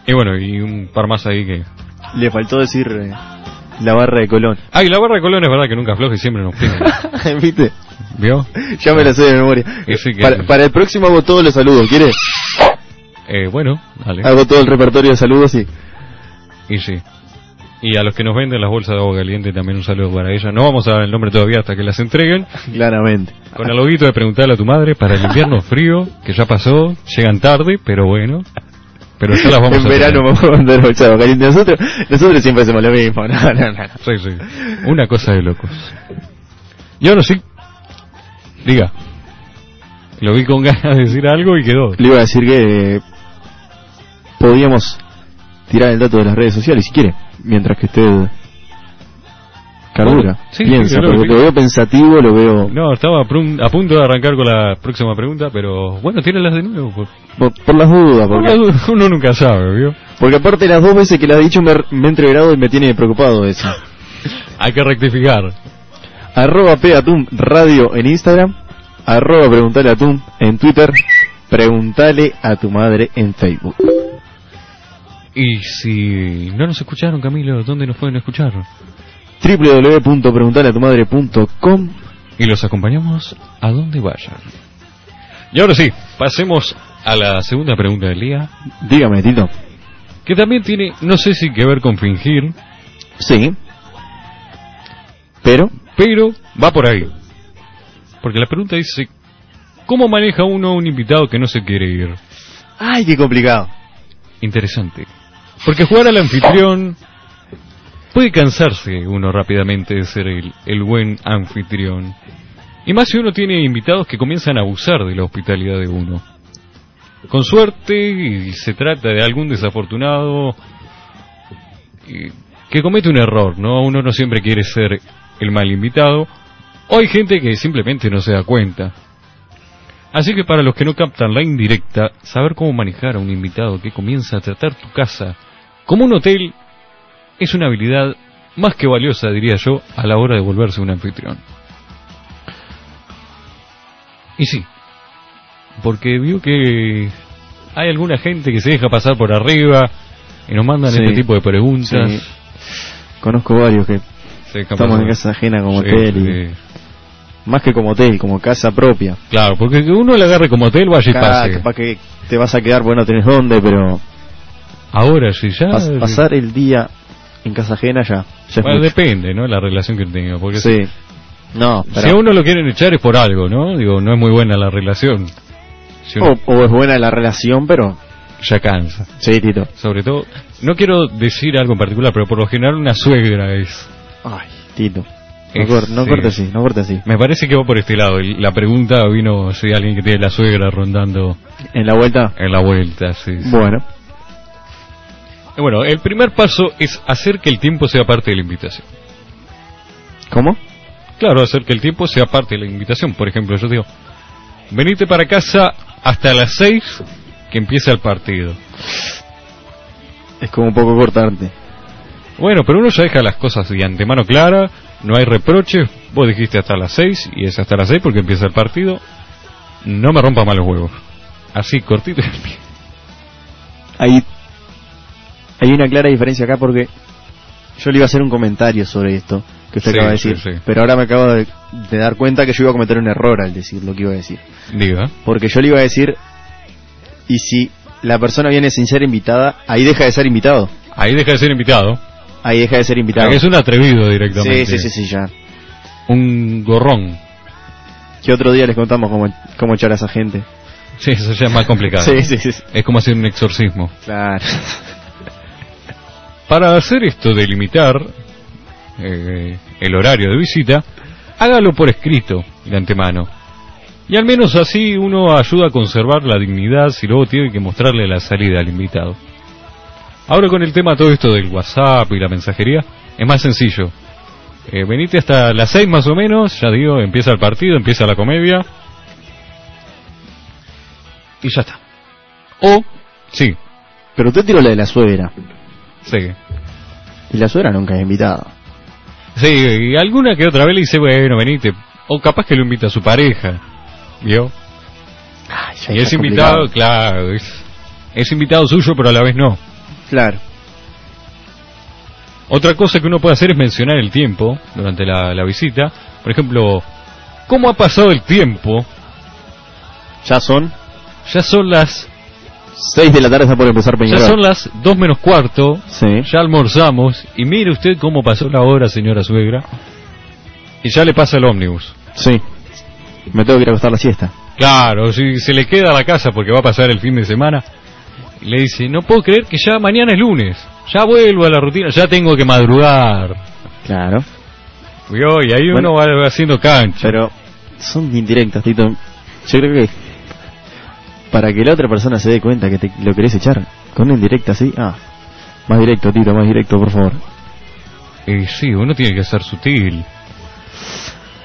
S2: Y bueno, y un par más ahí que...
S1: Le faltó decir eh, la barra de Colón.
S2: Ah, y la barra de Colón es verdad que nunca afloja y siempre nos pide.
S1: ¿Viste?
S2: ¿Vio?
S1: Ya me la sé de memoria.
S2: Y sí que-
S1: Para, para el próximo hago todos los saludos, ¿quieres?
S2: Eh, bueno, dale.
S1: Ah, Hago todo el repertorio de saludos y
S2: Y sí. Y a los que nos venden las bolsas de agua caliente también un saludo para ellos. No vamos a dar el nombre todavía hasta que las entreguen.
S1: Claramente.
S2: Con el loguito de preguntarle a tu madre para el invierno frío, que ya pasó, llegan tarde, pero bueno. Pero ya las vamos
S1: en
S2: a
S1: verano
S2: tener.
S1: vamos a mandar bolsa de agua caliente. Nosotros, nosotros siempre hacemos lo mismo. No, no, no.
S2: Sí, sí. Una cosa de locos. Yo no sé. Diga. Lo vi con ganas de decir algo y quedó.
S1: Le iba a decir que eh, podíamos tirar el dato de las redes sociales si quiere, mientras que usted carbura.
S2: Bueno, sí,
S1: piensa,
S2: sí, lo-
S1: porque lo veo pensativo, lo veo.
S2: No, estaba a prun- a punto de arrancar con la próxima pregunta, pero bueno, tíralas de nuevo. por-
S1: Por, Ah, por las dudas, porque,
S2: Uno nunca sabe, ¿vio?
S1: porque aparte las dos veces que la ha dicho me, me he entreverado y me tiene preocupado eso.
S2: Hay que rectificar.
S1: arroba Peatum Radio en Instagram, arroba Preguntale a Tum en Twitter, Preguntale a tu madre en Facebook.
S2: Y si no nos escucharon, Camilo, ¿dónde nos pueden escuchar?
S1: www.preguntaleatumadre.com
S2: Y los acompañamos a donde vayan. Y ahora sí, pasemos a la segunda pregunta del día,
S1: Dígame, Tito.
S2: que también tiene, no sé si que ver con fingir,
S1: Sí. Pero,
S2: pero va por ahí. Porque la pregunta dice, ¿cómo maneja uno a un invitado que no se quiere ir?
S1: ay, qué complicado.
S2: Interesante. Porque jugar al anfitrión puede cansarse uno rápidamente de ser el, el buen anfitrión. Y más si uno tiene invitados que comienzan a abusar de la hospitalidad de uno. Con suerte, y se trata de algún desafortunado eh, que comete un error, ¿no? Uno no siempre quiere ser el mal invitado. O hay gente que simplemente no se da cuenta. Así que para los que no captan la indirecta, saber cómo manejar a un invitado que comienza a tratar tu casa como un hotel es una habilidad más que valiosa, diría yo, a la hora de volverse un anfitrión. Y sí, porque vio que hay alguna gente que se deja pasar por arriba y nos mandan
S1: Sí.
S2: este tipo de preguntas.
S1: Sí. Conozco varios que
S2: Se dejan
S1: estamos en
S2: pasar.
S1: casa ajena como
S2: Sí,
S1: hotel. y-
S2: sí.
S1: Más que como hotel, como casa propia.
S2: Claro, porque que uno le agarre como hotel, vaya y
S1: Cada,
S2: pase.
S1: capaz que te vas a quedar, bueno, tenés dónde, pero
S2: Ahora sí, ya. eh,
S1: pas- pasar el día en casa ajena ya. ya es
S2: Bueno,
S1: mucho.
S2: depende, ¿no? La relación que tenga. Porque si-
S1: Sí. No,
S2: si
S1: pero-
S2: a uno lo quieren echar es por algo, ¿no? Digo, no es muy buena la relación. Si uno-
S1: o, o es buena la relación, pero.
S2: Ya cansa.
S1: Sí, Tito.
S2: Sobre todo, no quiero decir algo en particular, pero por lo general una suegra es.
S1: Ay, Tito. No,
S2: Es-
S1: cor- no
S2: sí.
S1: corte así, no corte así.
S2: Me parece que va por este lado. y La pregunta vino si alguien que tiene la suegra rondando
S1: En la vuelta.
S2: en la vuelta. sí, sí.
S1: Bueno,
S2: Y Bueno, el primer paso es hacer que el tiempo sea parte de la invitación.
S1: ¿cómo?
S2: Claro, hacer que el tiempo sea parte de la invitación. Por ejemplo, yo digo, venite para casa hasta las 6 que empieza el partido.
S1: Es como un poco cortarte.
S2: Bueno, pero uno ya deja las cosas de antemano claras, no hay reproches, vos dijiste hasta las 6 y es hasta las 6 porque empieza el partido. No me rompa mal los huevos. Así, cortito. y al pie.
S1: Hay, hay una clara diferencia acá porque yo le iba a hacer un comentario sobre esto que usted
S2: Sí,
S1: acaba de
S2: sí,
S1: decir,
S2: sí.
S1: pero ahora me acabo de, de dar cuenta que yo iba a cometer un error al decir lo que iba a decir.
S2: Diga.
S1: Porque yo le iba a decir, y si la persona viene sin ser invitada, ahí deja de ser invitado.
S2: Ahí deja de ser invitado.
S1: Ahí deja de ser invitado.
S2: Es un atrevido
S1: Sí,
S2: directamente.
S1: sí, sí, sí, ya.
S2: Un gorrón.
S1: Que otro día les contamos cómo, cómo echar a esa gente.
S2: Sí, eso ya es más complicado.
S1: Sí, sí, sí. sí.
S2: Es como hacer un exorcismo.
S1: Claro.
S2: Para hacer esto de limitar eh, el horario de visita, hágalo por escrito de antemano. Y al menos así uno ayuda a conservar la dignidad si luego tiene que mostrarle la salida al invitado. Ahora con el tema todo esto del WhatsApp y la mensajería, es más sencillo. Eh, venite hasta las 6 más o menos, ya digo, empieza el partido, empieza la comedia. Y ya está. O, sí,
S1: Pero usted tiró la de la suegra.
S2: sigue.
S1: Y la suegra nunca es invitada.
S2: Sí, y alguna que otra vez le dice, bueno, venite. O capaz que lo invita a su pareja. ¿Vio?
S1: Ay, ya
S2: Y
S1: está
S2: es invitado,
S1: complicado.
S2: claro, es, es invitado suyo, pero a la vez no.
S1: Claro.
S2: Otra cosa que uno puede hacer es mencionar el tiempo durante la, la visita. Por ejemplo, ¿cómo ha pasado el tiempo?
S1: Ya son.
S2: Ya son las
S1: 6 de la tarde está por empezar
S2: Ya
S1: Peñarol.
S2: son las 2 menos cuarto,
S1: Sí.
S2: ya almorzamos y mire usted cómo pasó la hora, señora suegra. Y ya le pasa el ómnibus.
S1: Sí. Me tengo que ir a acostar la siesta.
S2: Claro, si se le queda a la casa porque va a pasar el fin de semana, y le dice, no puedo creer que ya mañana es lunes, ya vuelvo a la rutina, ya tengo que madrugar.
S1: Claro.
S2: Vio, Y ahí
S1: Bueno.
S2: uno va haciendo cancha.
S1: Pero son indirectas, Tito. Yo creo que para que la otra persona se dé cuenta que te lo querés echar con una indirecta así, ah, más directo, Tito, más directo, por favor.
S2: Y sí, uno tiene que ser sutil.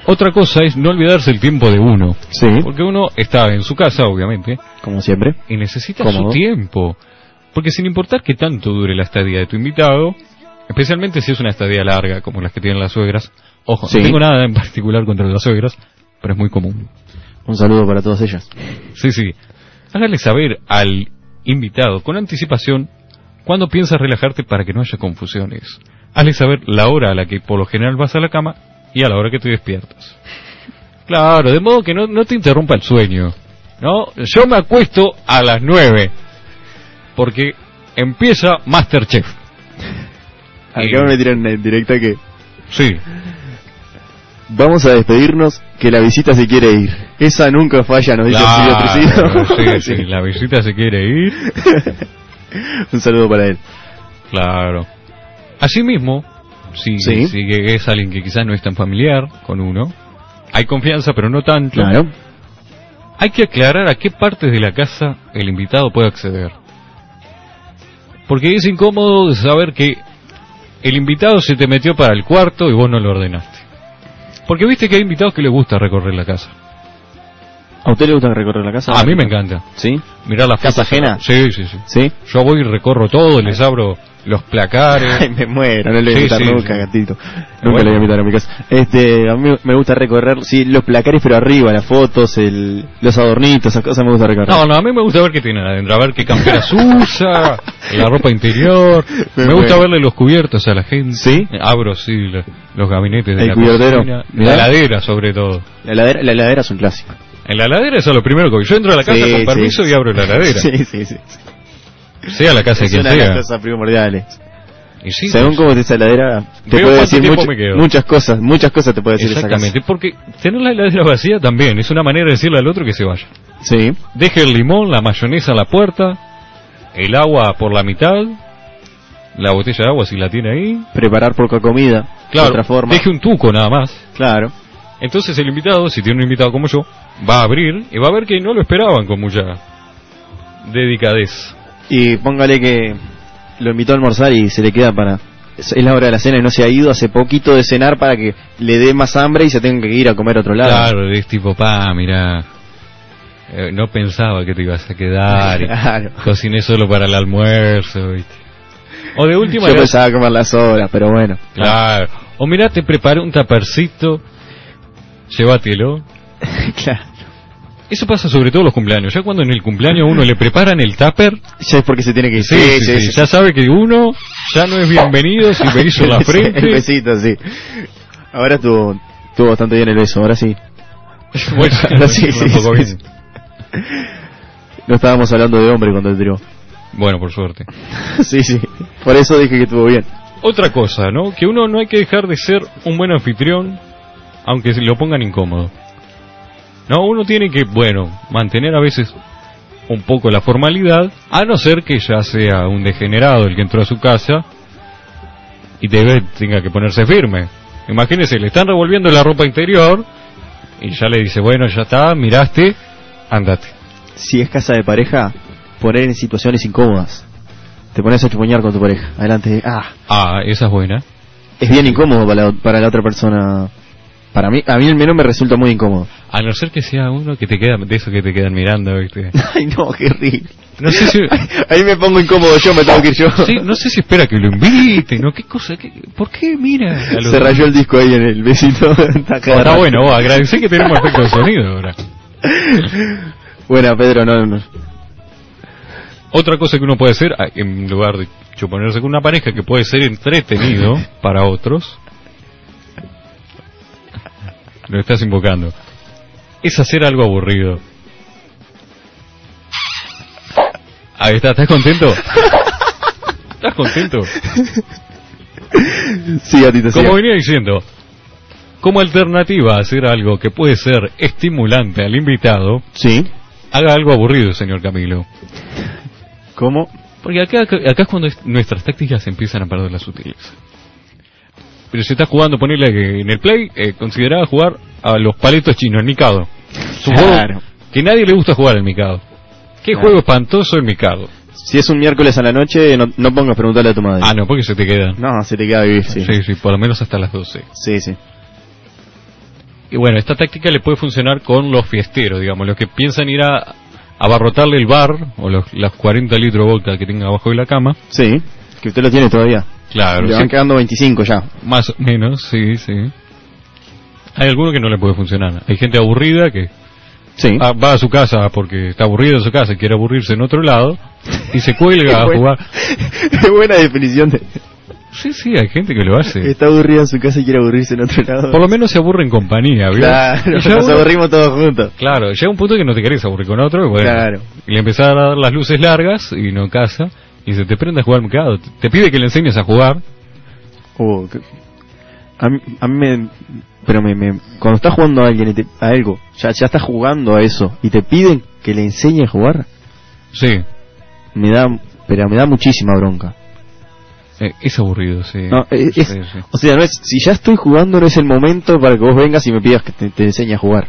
S2: Otra cosa es no olvidarse el tiempo de uno.
S1: Sí,
S2: Porque uno está en su casa, obviamente,
S1: como siempre.
S2: y necesita
S1: Cómodo.
S2: su tiempo. Porque sin importar que tanto dure la estadía de tu invitado, especialmente si es una estadía larga como las que tienen las suegras, ojo,
S1: Sí.
S2: no tengo nada en particular contra las suegras, pero es muy común.
S1: Un saludo para todas ellas.
S2: Sí, sí. Hágale saber al invitado con anticipación cuándo piensas relajarte para que no haya confusiones. Hazle saber la hora a la que por lo general vas a la cama y a la hora que te despiertas. Claro, de modo que no, no te interrumpa el sueño. No, yo me acuesto a las nueve porque empieza Masterchef.
S1: Acá me tiran en directa que
S2: Sí,
S1: vamos a despedirnos, que la visita se quiere ir. Esa nunca falla, nos dice Silvio
S2: claro,
S1: Presidio.
S2: sí, sí, la visita se quiere ir.
S1: Un saludo para él.
S2: Claro. Asimismo, si,
S1: Sí.
S2: si es alguien que quizás no es tan familiar con uno, hay confianza pero no tanto,
S1: Claro.
S2: hay que aclarar a qué partes de la casa el invitado puede acceder. Porque es incómodo saber que el invitado se te metió para el cuarto y vos no lo ordenaste. Porque viste que hay invitados que les gusta recorrer la casa.
S1: ¿A usted le gusta recorrer la casa?
S2: A mí me encanta.
S1: ¿Sí?
S2: Mirar las
S1: Ah. ¿Casa
S2: fotos.
S1: ajena?
S2: Sí, sí, sí.
S1: ¿Sí?
S2: Yo voy y recorro todo, les abro los placares.
S1: Ay, me muero, no le voy a
S2: Sí,
S1: invitar
S2: sí,
S1: nunca,
S2: sí.
S1: gatito. Nunca
S2: Bueno.
S1: le voy a invitar a mi casa. Este, a mí me gusta recorrer, sí, los placares, pero arriba, las fotos, el, los adornitos, esas cosas me gusta recorrer.
S2: No, no, a mí me gusta ver qué tienen adentro, a ver qué camperas usa, la ropa interior.
S1: Me
S2: Me, gusta
S1: muero.
S2: verle los cubiertos a la gente.
S1: ¿Sí?
S2: Abro, sí, lo- los gabinetes de
S1: ¿El
S2: la
S1: cubiertero?
S2: cocina.
S1: Mirá.
S2: La heladera, sobre todo.
S1: La heladera, la heladera es un clásico.
S2: En la heladera eso es lo primero que voy. Yo entro a la casa
S1: Sí,
S2: con permiso
S1: sí.
S2: y abro la heladera.
S1: Sí, sí, sí.
S2: Sea la casa de
S1: es
S2: quien
S1: una de las
S2: sea.
S1: cosas primordiales.
S2: Y sí,
S1: Según
S2: pues,
S1: cómo esté esa heladera, te
S2: Veo
S1: puede
S2: cuánto
S1: decir
S2: tiempo
S1: much-
S2: me quedo.
S1: muchas cosas, muchas cosas te puede decir esa casa.
S2: Exactamente, porque tener la heladera vacía también es una manera de decirle al otro que se vaya.
S1: Sí,
S2: Deje el limón, la mayonesa a la puerta, el agua por la mitad, la botella de agua si la tiene ahí.
S1: preparar poca comida, de
S2: Claro,
S1: otra forma.
S2: deje un tuco nada más.
S1: Claro.
S2: Entonces el invitado, si tiene un invitado como yo, va a abrir y va a ver que no lo esperaban con mucha dedicadez.
S1: Y póngale que lo invitó a almorzar y se le queda para. Es es la hora de la cena y no se ha ido hace poquito de cenar para que le dé más hambre y se tenga que ir a comer a otro lado.
S2: Claro, es tipo, pa, mira, no pensaba que te ibas a quedar. y
S1: Claro.
S2: Cociné solo para el almuerzo, ¿viste? O de última,
S1: Yo
S2: le-
S1: pensaba comer las horas, pero bueno.
S2: claro. O mira, te preparé un tapercito, llévatelo.
S1: Claro.
S2: Eso pasa sobre todo en los cumpleaños. Ya cuando en el cumpleaños uno le preparan el tupper,
S1: Ya es porque se tiene que ir.
S2: Sí, sí, sí, ya sabe que uno ya no es bienvenido si me hizo la
S1: El
S2: frente.
S1: besito, sí. Ahora estuvo, estuvo bastante bien el beso, ahora sí.
S2: Bueno,
S1: Ahora sí,
S2: un
S1: sí,
S2: poco
S1: sí,
S2: bien.
S1: sí. No estábamos hablando de hombre cuando entró.
S2: Bueno, por suerte.
S1: Sí, sí. Por eso dije que estuvo bien.
S2: Otra cosa, ¿no? Que uno no hay que dejar de ser un buen anfitrión, aunque se lo pongan incómodo. No, uno tiene que, bueno, mantener a veces un poco la formalidad, a no ser que ya sea un degenerado el que entró a su casa y debe, tenga que ponerse firme. Imagínese, le están revolviendo la ropa interior y ya le dice, bueno, ya está, miraste, andate.
S1: si es casa de pareja, poner en situaciones incómodas. Te pones a chupoñar con tu pareja. Adelante. Ah,
S2: Ah, esa es buena.
S1: es bien incómodo para la, para la otra persona. Para mí, a mí al menos me resulta muy incómodo.
S2: A no ser que sea uno que te queda, de esos que te quedan mirando, ¿viste?
S1: Ay, no, qué horrible.
S2: No sé si,
S1: Ahí me pongo incómodo yo, me tengo que ir yo.
S2: sí, no sé si espera que lo inviten o qué cosa, qué- ¿por qué mira? a los-
S1: Se rayó el disco ahí en el besito. Está
S2: Bueno, Oh, Está
S1: cagado.
S2: bueno, vos, agradecé que tenemos efecto de sonido ahora.
S1: Buena, Pedro, no, no.
S2: Otra cosa que uno puede hacer, ah, en lugar de chuponerse con una pareja que puede ser entretenido para otros, lo estás invocando, es hacer algo aburrido. Ahí está, ¿estás contento? ¿Estás contento?
S1: Sí, a ti te
S2: Como venía diciendo, como alternativa a hacer algo que puede ser estimulante al invitado,
S1: Sí.
S2: haga algo aburrido, señor Camilo.
S1: ¿Cómo?
S2: Porque acá, acá es cuando es- nuestras tácticas empiezan a perder la sutileza. Pero si estás jugando, ponele que en el play, eh, consideraba jugar a los paletos chinos, Mikado. Es un juego
S1: Claro.
S2: que nadie le gusta jugar el Mikado. Qué
S1: Claro.
S2: juego espantoso el Mikado.
S1: Si es un miércoles a la noche, no, no pongas preguntarle a tu madre.
S2: Ah, no, porque se te quedan.
S1: No, se te queda vivir, sí.
S2: Sí, sí, por lo menos hasta las 12.
S1: Sí, sí.
S2: Y bueno, esta táctica le puede funcionar con los fiesteros, digamos, los que piensan ir a abarrotarle el bar o los, las 40 litros de vodka que tenga abajo de la cama.
S1: Sí. Que usted lo tiene todavía.
S2: Claro,
S1: Le van quedando 25 ya.
S2: más o menos, sí, sí. Hay alguno que no le puede funcionar. Hay gente aburrida que
S1: Sí.
S2: ah, va a su casa porque está aburrida en su casa y quiere aburrirse en otro lado y se cuelga a
S1: Qué buena-
S2: jugar.
S1: Qué buena definición. de-
S2: Sí, sí, hay gente que lo hace.
S1: Está aburrida en su casa y quiere aburrirse en otro lado.
S2: Por lo menos se aburre en compañía, ¿vio?
S1: Claro,
S2: Y
S1: nos
S2: ya uno-
S1: aburrimos todos juntos.
S2: Claro, llega un punto que no te querés aburrir con otro, y bueno,
S1: Claro.
S2: y le empezás a dar las luces largas y no casa, y se te prende a jugar mercado. Te pide que le enseñes a jugar,
S1: Oh, qué- a, mí, a mí me... Pero me, me- cuando estás jugando a alguien y te- a algo, ya, ya estás jugando a eso y te piden que le enseñe a jugar,
S2: sí,
S1: me da... Pero me da muchísima bronca.
S2: Eh, es aburrido, sí.
S1: No, es- es-
S2: Sí, sí.
S1: O sea, no es, si ya estoy jugando no es el momento para que vos vengas y me pidas que te, te enseñe a jugar.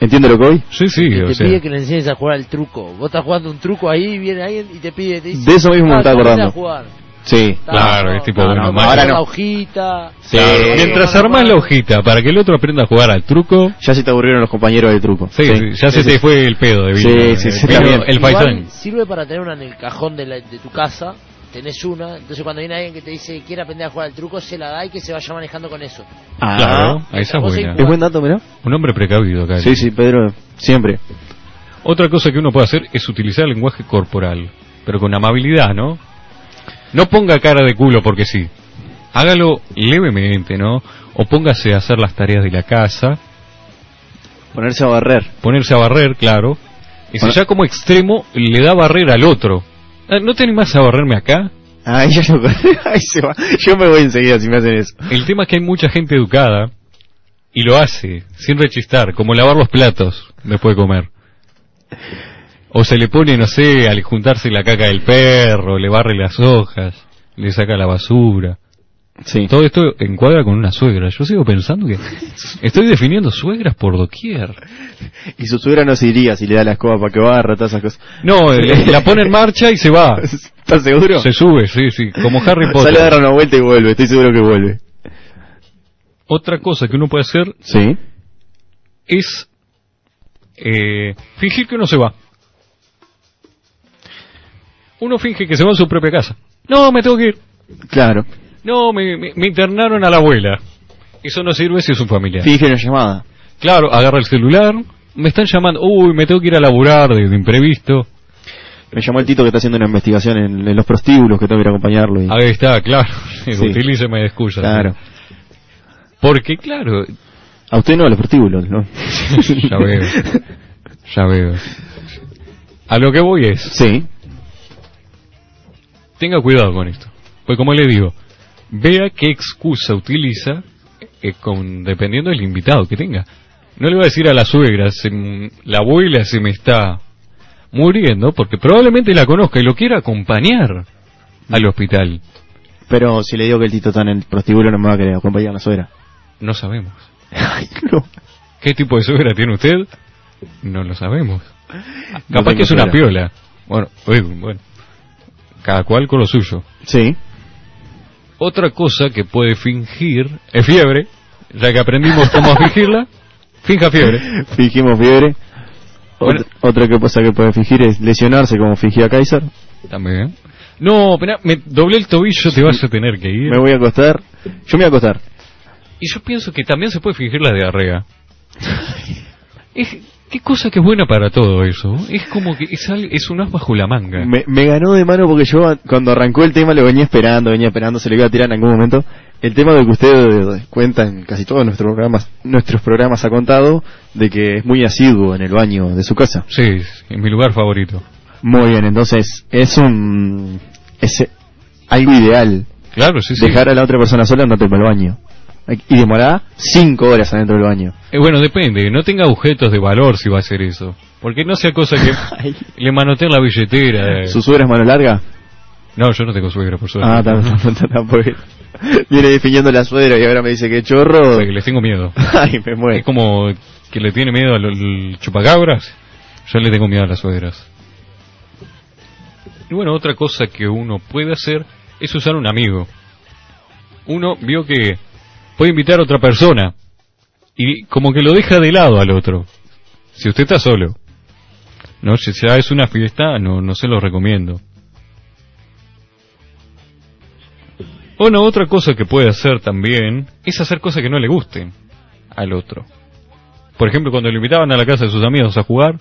S1: ¿Entiendes lo que voy?
S2: Sí, sí,
S4: Y
S2: o
S4: te
S2: sea,
S4: pide que le enseñes a jugar al truco. Vos estás jugando un truco ahí, viene alguien y te pide. Te dice,
S1: De eso mismo me
S4: "Ah,
S1: estaba
S4: aprende
S1: acordando".
S4: a jugar.
S1: Sí.
S2: Claro, es tipo,
S1: bueno,
S4: toma
S1: ahora no.
S4: La hojita.
S1: Sí.
S2: Claro, mientras armas la hojita para que el otro aprenda a jugar al truco,
S1: Ya se te aburrieron los compañeros del truco.
S2: sí, sí, ya se
S1: Ese-
S2: te fue el pedo de
S1: Sí,
S2: vino,
S1: sí,
S2: el
S1: sí,
S2: vino-
S1: también.
S2: el
S4: Igual
S2: paisán.
S4: Sirve para tener una en el cajón de, la- de tu casa. Tenés una. Entonces, cuando viene alguien que te dice quiere aprender a jugar al truco, se la da y que se vaya manejando con eso.
S1: Ah,
S2: Claro, esa es
S4: Vos
S2: buena.
S1: ¿Es buen dato, mirá?
S2: Un hombre precavido acá.
S1: Sí, sí, Pedro, siempre.
S2: Otra cosa que uno puede hacer es utilizar el lenguaje corporal, pero con amabilidad, ¿no? No ponga cara de culo porque sí. Hágalo levemente, ¿no? O póngase a hacer las tareas de la casa,
S1: Ponerse a barrer.
S2: ponerse a barrer, claro. Y si
S1: Bueno.
S2: ya como extremo le da barrer al otro. Ah, ¿No te animás a barrerme acá?
S1: Ahí ya yo, ahí se va. Yo me voy enseguida si me hacen eso.
S2: El tema es que hay mucha gente educada y lo hace sin rechistar, como lavar los platos después de comer. O se le pone, no sé, al juntarse la caca del perro, le barre las hojas, le saca la basura.
S1: Sí.
S2: Todo esto encuadra con una suegra. Yo sigo pensando que estoy definiendo suegras por doquier.
S1: Y su suegra no se iría si le da la escoba para que barra, todas esas cosas.
S2: No, eh, la pone en marcha y se va.
S1: ¿Estás seguro?
S2: Se sube, sí, sí, como Harry
S1: Sale a
S2: Potter.
S1: dar una vuelta y vuelve, estoy seguro que vuelve.
S2: Otra cosa que uno puede hacer
S1: Sí.
S2: es eh, fingir que uno se va. Uno finge que se va a su propia casa. No, me tengo que ir.
S1: Claro.
S2: No, me, me- me internaron a la abuela. Eso no sirve si es un familiar.
S1: Finge una llamada.
S2: Claro, agarra el celular. Me están llamando. Uy, me tengo que ir a laburar de, de imprevisto.
S1: Me llamó el Tito que está haciendo una investigación en, en los prostíbulos, que tengo que ir a acompañarlo. Y...
S2: Ahí está, claro. Utilíceme de excusa.
S1: claro.
S2: Porque, claro,
S1: A usted no, a los prostíbulos, ¿no?
S2: ya veo. Ya veo. A lo que voy es.
S1: Sí.
S2: tenga cuidado con esto. Pues como le digo, vea qué excusa utiliza eh, con, dependiendo del invitado que tenga. No le va a decir a la suegra, se m- la abuela se me está muriendo, porque probablemente la conozca y lo quiera acompañar al hospital.
S1: Pero si le digo que el Tito está en el prostíbulo, no me va a querer acompañar la suegra.
S2: No sabemos.
S1: Ay, no.
S2: ¿Qué tipo de suegra tiene usted? No lo sabemos.
S1: No
S2: Capaz
S1: tengo
S2: que es una
S1: suegra.
S2: piola. Bueno, eh, bueno. Cada cual con lo suyo.
S1: Sí.
S2: Otra cosa que puede fingir es fiebre, ya que aprendimos cómo fingirla, finja fiebre.
S1: Fingimos fiebre.
S2: Bueno.
S1: Ot- Otra que cosa que puede fingir es lesionarse como fingía Kaiser.
S2: También. No, pero me doblé el tobillo, te vas a tener que ir.
S1: Me voy a acostar. Yo me voy a acostar.
S2: Y yo pienso que también se puede fingir la diarrea. Es, qué cosa que es buena para todo eso. Es como que es, al- es un as bajo la manga.
S1: Me, me ganó de mano porque yo a- cuando arrancó el tema lo venía esperando, venía esperando, se lo iba a tirar en algún momento. El tema de que ustedes cuentan en casi todos nuestros programas, nuestros programas ha contado, de que es muy asiduo en el baño de su casa.
S2: Sí, es mi lugar favorito.
S1: Muy bien, entonces es un. Es eh, algo ideal.
S2: Claro, sí, sí.
S1: Dejar a la otra persona sola andate para el baño. Y demorá 5 horas adentro del baño.
S2: Eh, bueno, depende, no tenga objetos de valor si va a hacer eso. Porque no sea cosa que
S1: Ay.
S2: le manoteen la billetera. eh.
S1: ¿Su suegra es mano larga?
S2: No, yo no tengo suegra, por suerte.
S1: Ah, tampoco. tampoco. Viene definiendo la suegra y ahora me dice que chorro.
S2: Porque les tengo miedo.
S1: Ay, me muero.
S2: Es como que le tiene miedo a los chupacabras. Yo le tengo miedo a las suegras. Y bueno, otra cosa que uno puede hacer es usar un amigo. Uno vio que puede invitar a otra persona y como que lo deja de lado al otro. Si usted está solo. No, si ya es una fiesta, no, no se lo recomiendo. Bueno, otra cosa que puede hacer también es hacer cosas que no le gusten al otro. Por ejemplo, cuando lo invitaban a la casa de sus amigos a jugar,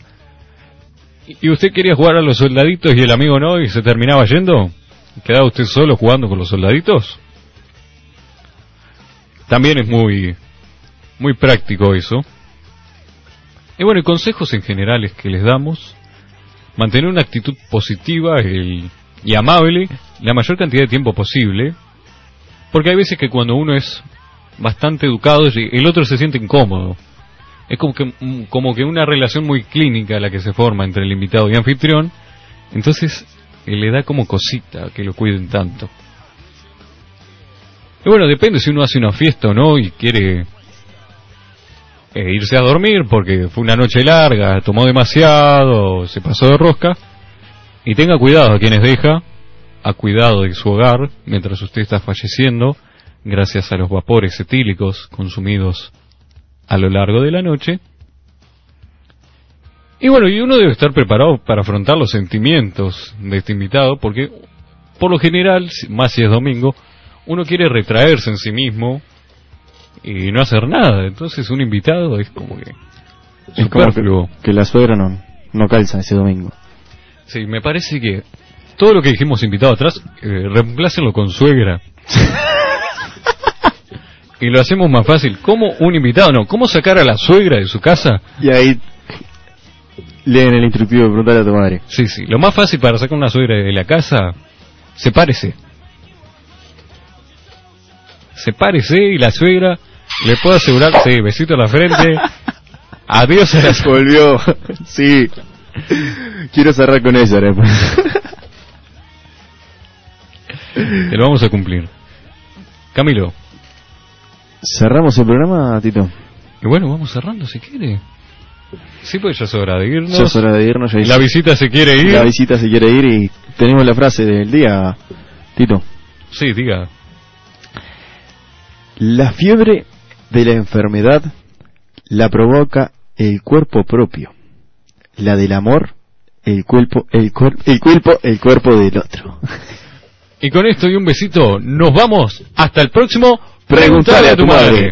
S2: y- y usted quería jugar a los soldaditos y el amigo no, y se terminaba yendo, quedaba usted solo jugando con los soldaditos. También es muy, muy práctico eso. Y bueno, y consejos en generales que les damos, mantener una actitud positiva el- y amable la mayor cantidad de tiempo posible, porque hay veces que cuando uno es bastante educado, y el otro se siente incómodo. Es como que, mm, como que una relación muy clínica la que se forma entre el invitado y anfitrión. Entonces eh, le da como cosita que lo cuiden tanto. Y bueno, depende si uno hace una fiesta o no y quiere eh, irse a dormir porque fue una noche larga, tomó demasiado, se pasó de rosca. Y tenga cuidado a quienes deja, a cuidado de su hogar mientras usted está falleciendo, gracias a los vapores etílicos consumidos a lo largo de la noche. Y bueno, y uno debe estar preparado para afrontar los sentimientos de este invitado, porque por lo general, si- más si es domingo, uno quiere retraerse en sí mismo y no hacer nada. Entonces un invitado es como que
S1: Es como
S2: superfluo.
S1: que, que la suegra no, no calza ese domingo.
S2: Sí, me parece que todo lo que dijimos invitado atrás, eh, reemplácenlo con suegra. y lo hacemos más fácil. ¿Cómo un invitado? No, ¿cómo sacar a la suegra de su casa?
S1: Y ahí leen el instructivo de preguntarle a tu madre.
S2: Sí, sí, lo más fácil para sacar una suegra de la casa, sepárese. Sepárese y la suegra le puede asegurar, sí, besito en la frente. Adiós a la suegra.
S1: Volvió, sí. Quiero cerrar con ella ¿eh? después.
S2: Te lo vamos a cumplir. Camilo.
S1: ¿Cerramos el programa, Tito?
S2: Y bueno, vamos cerrando si quiere. Sí, pues ya es hora de irnos.
S1: Ya es hora de irnos. Ya
S2: La visita se quiere ir.
S1: la visita se quiere ir y tenemos la frase del día, Tito.
S2: Sí, diga.
S1: La fiebre de la enfermedad la provoca el cuerpo propio. La del amor, el cuerpo, el, cuer- el cuerpo, el cuerpo del otro.
S2: Y con esto y un besito, nos vamos. Hasta el próximo.
S1: Preguntale a tu madre.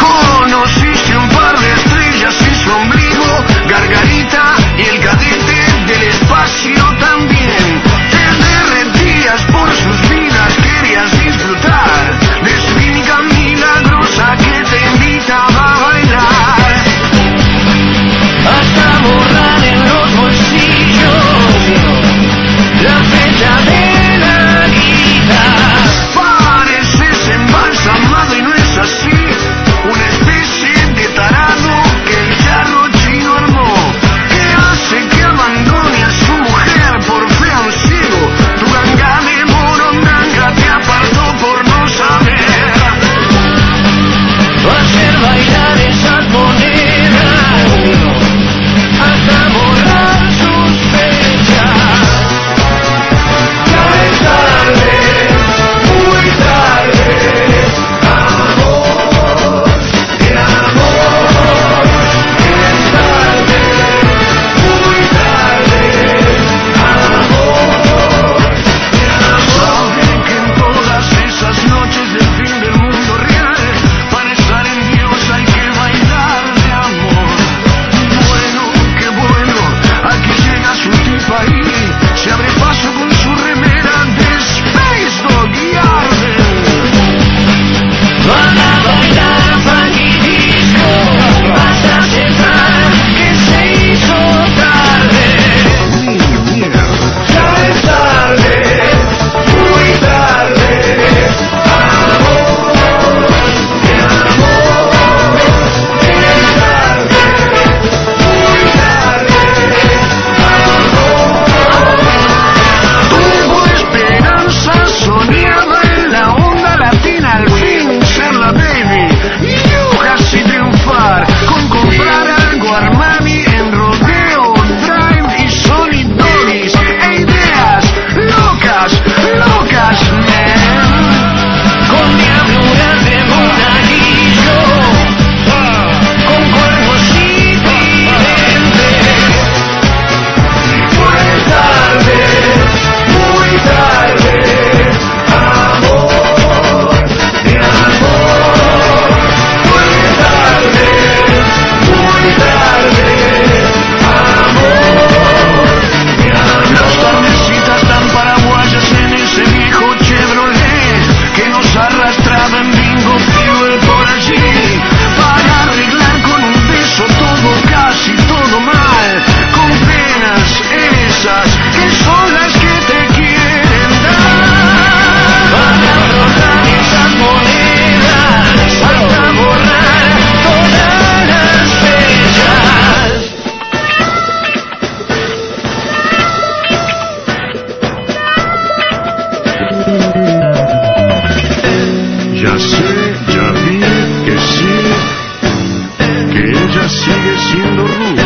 S5: Conociste un par de estrellas y sigue siendo rudo.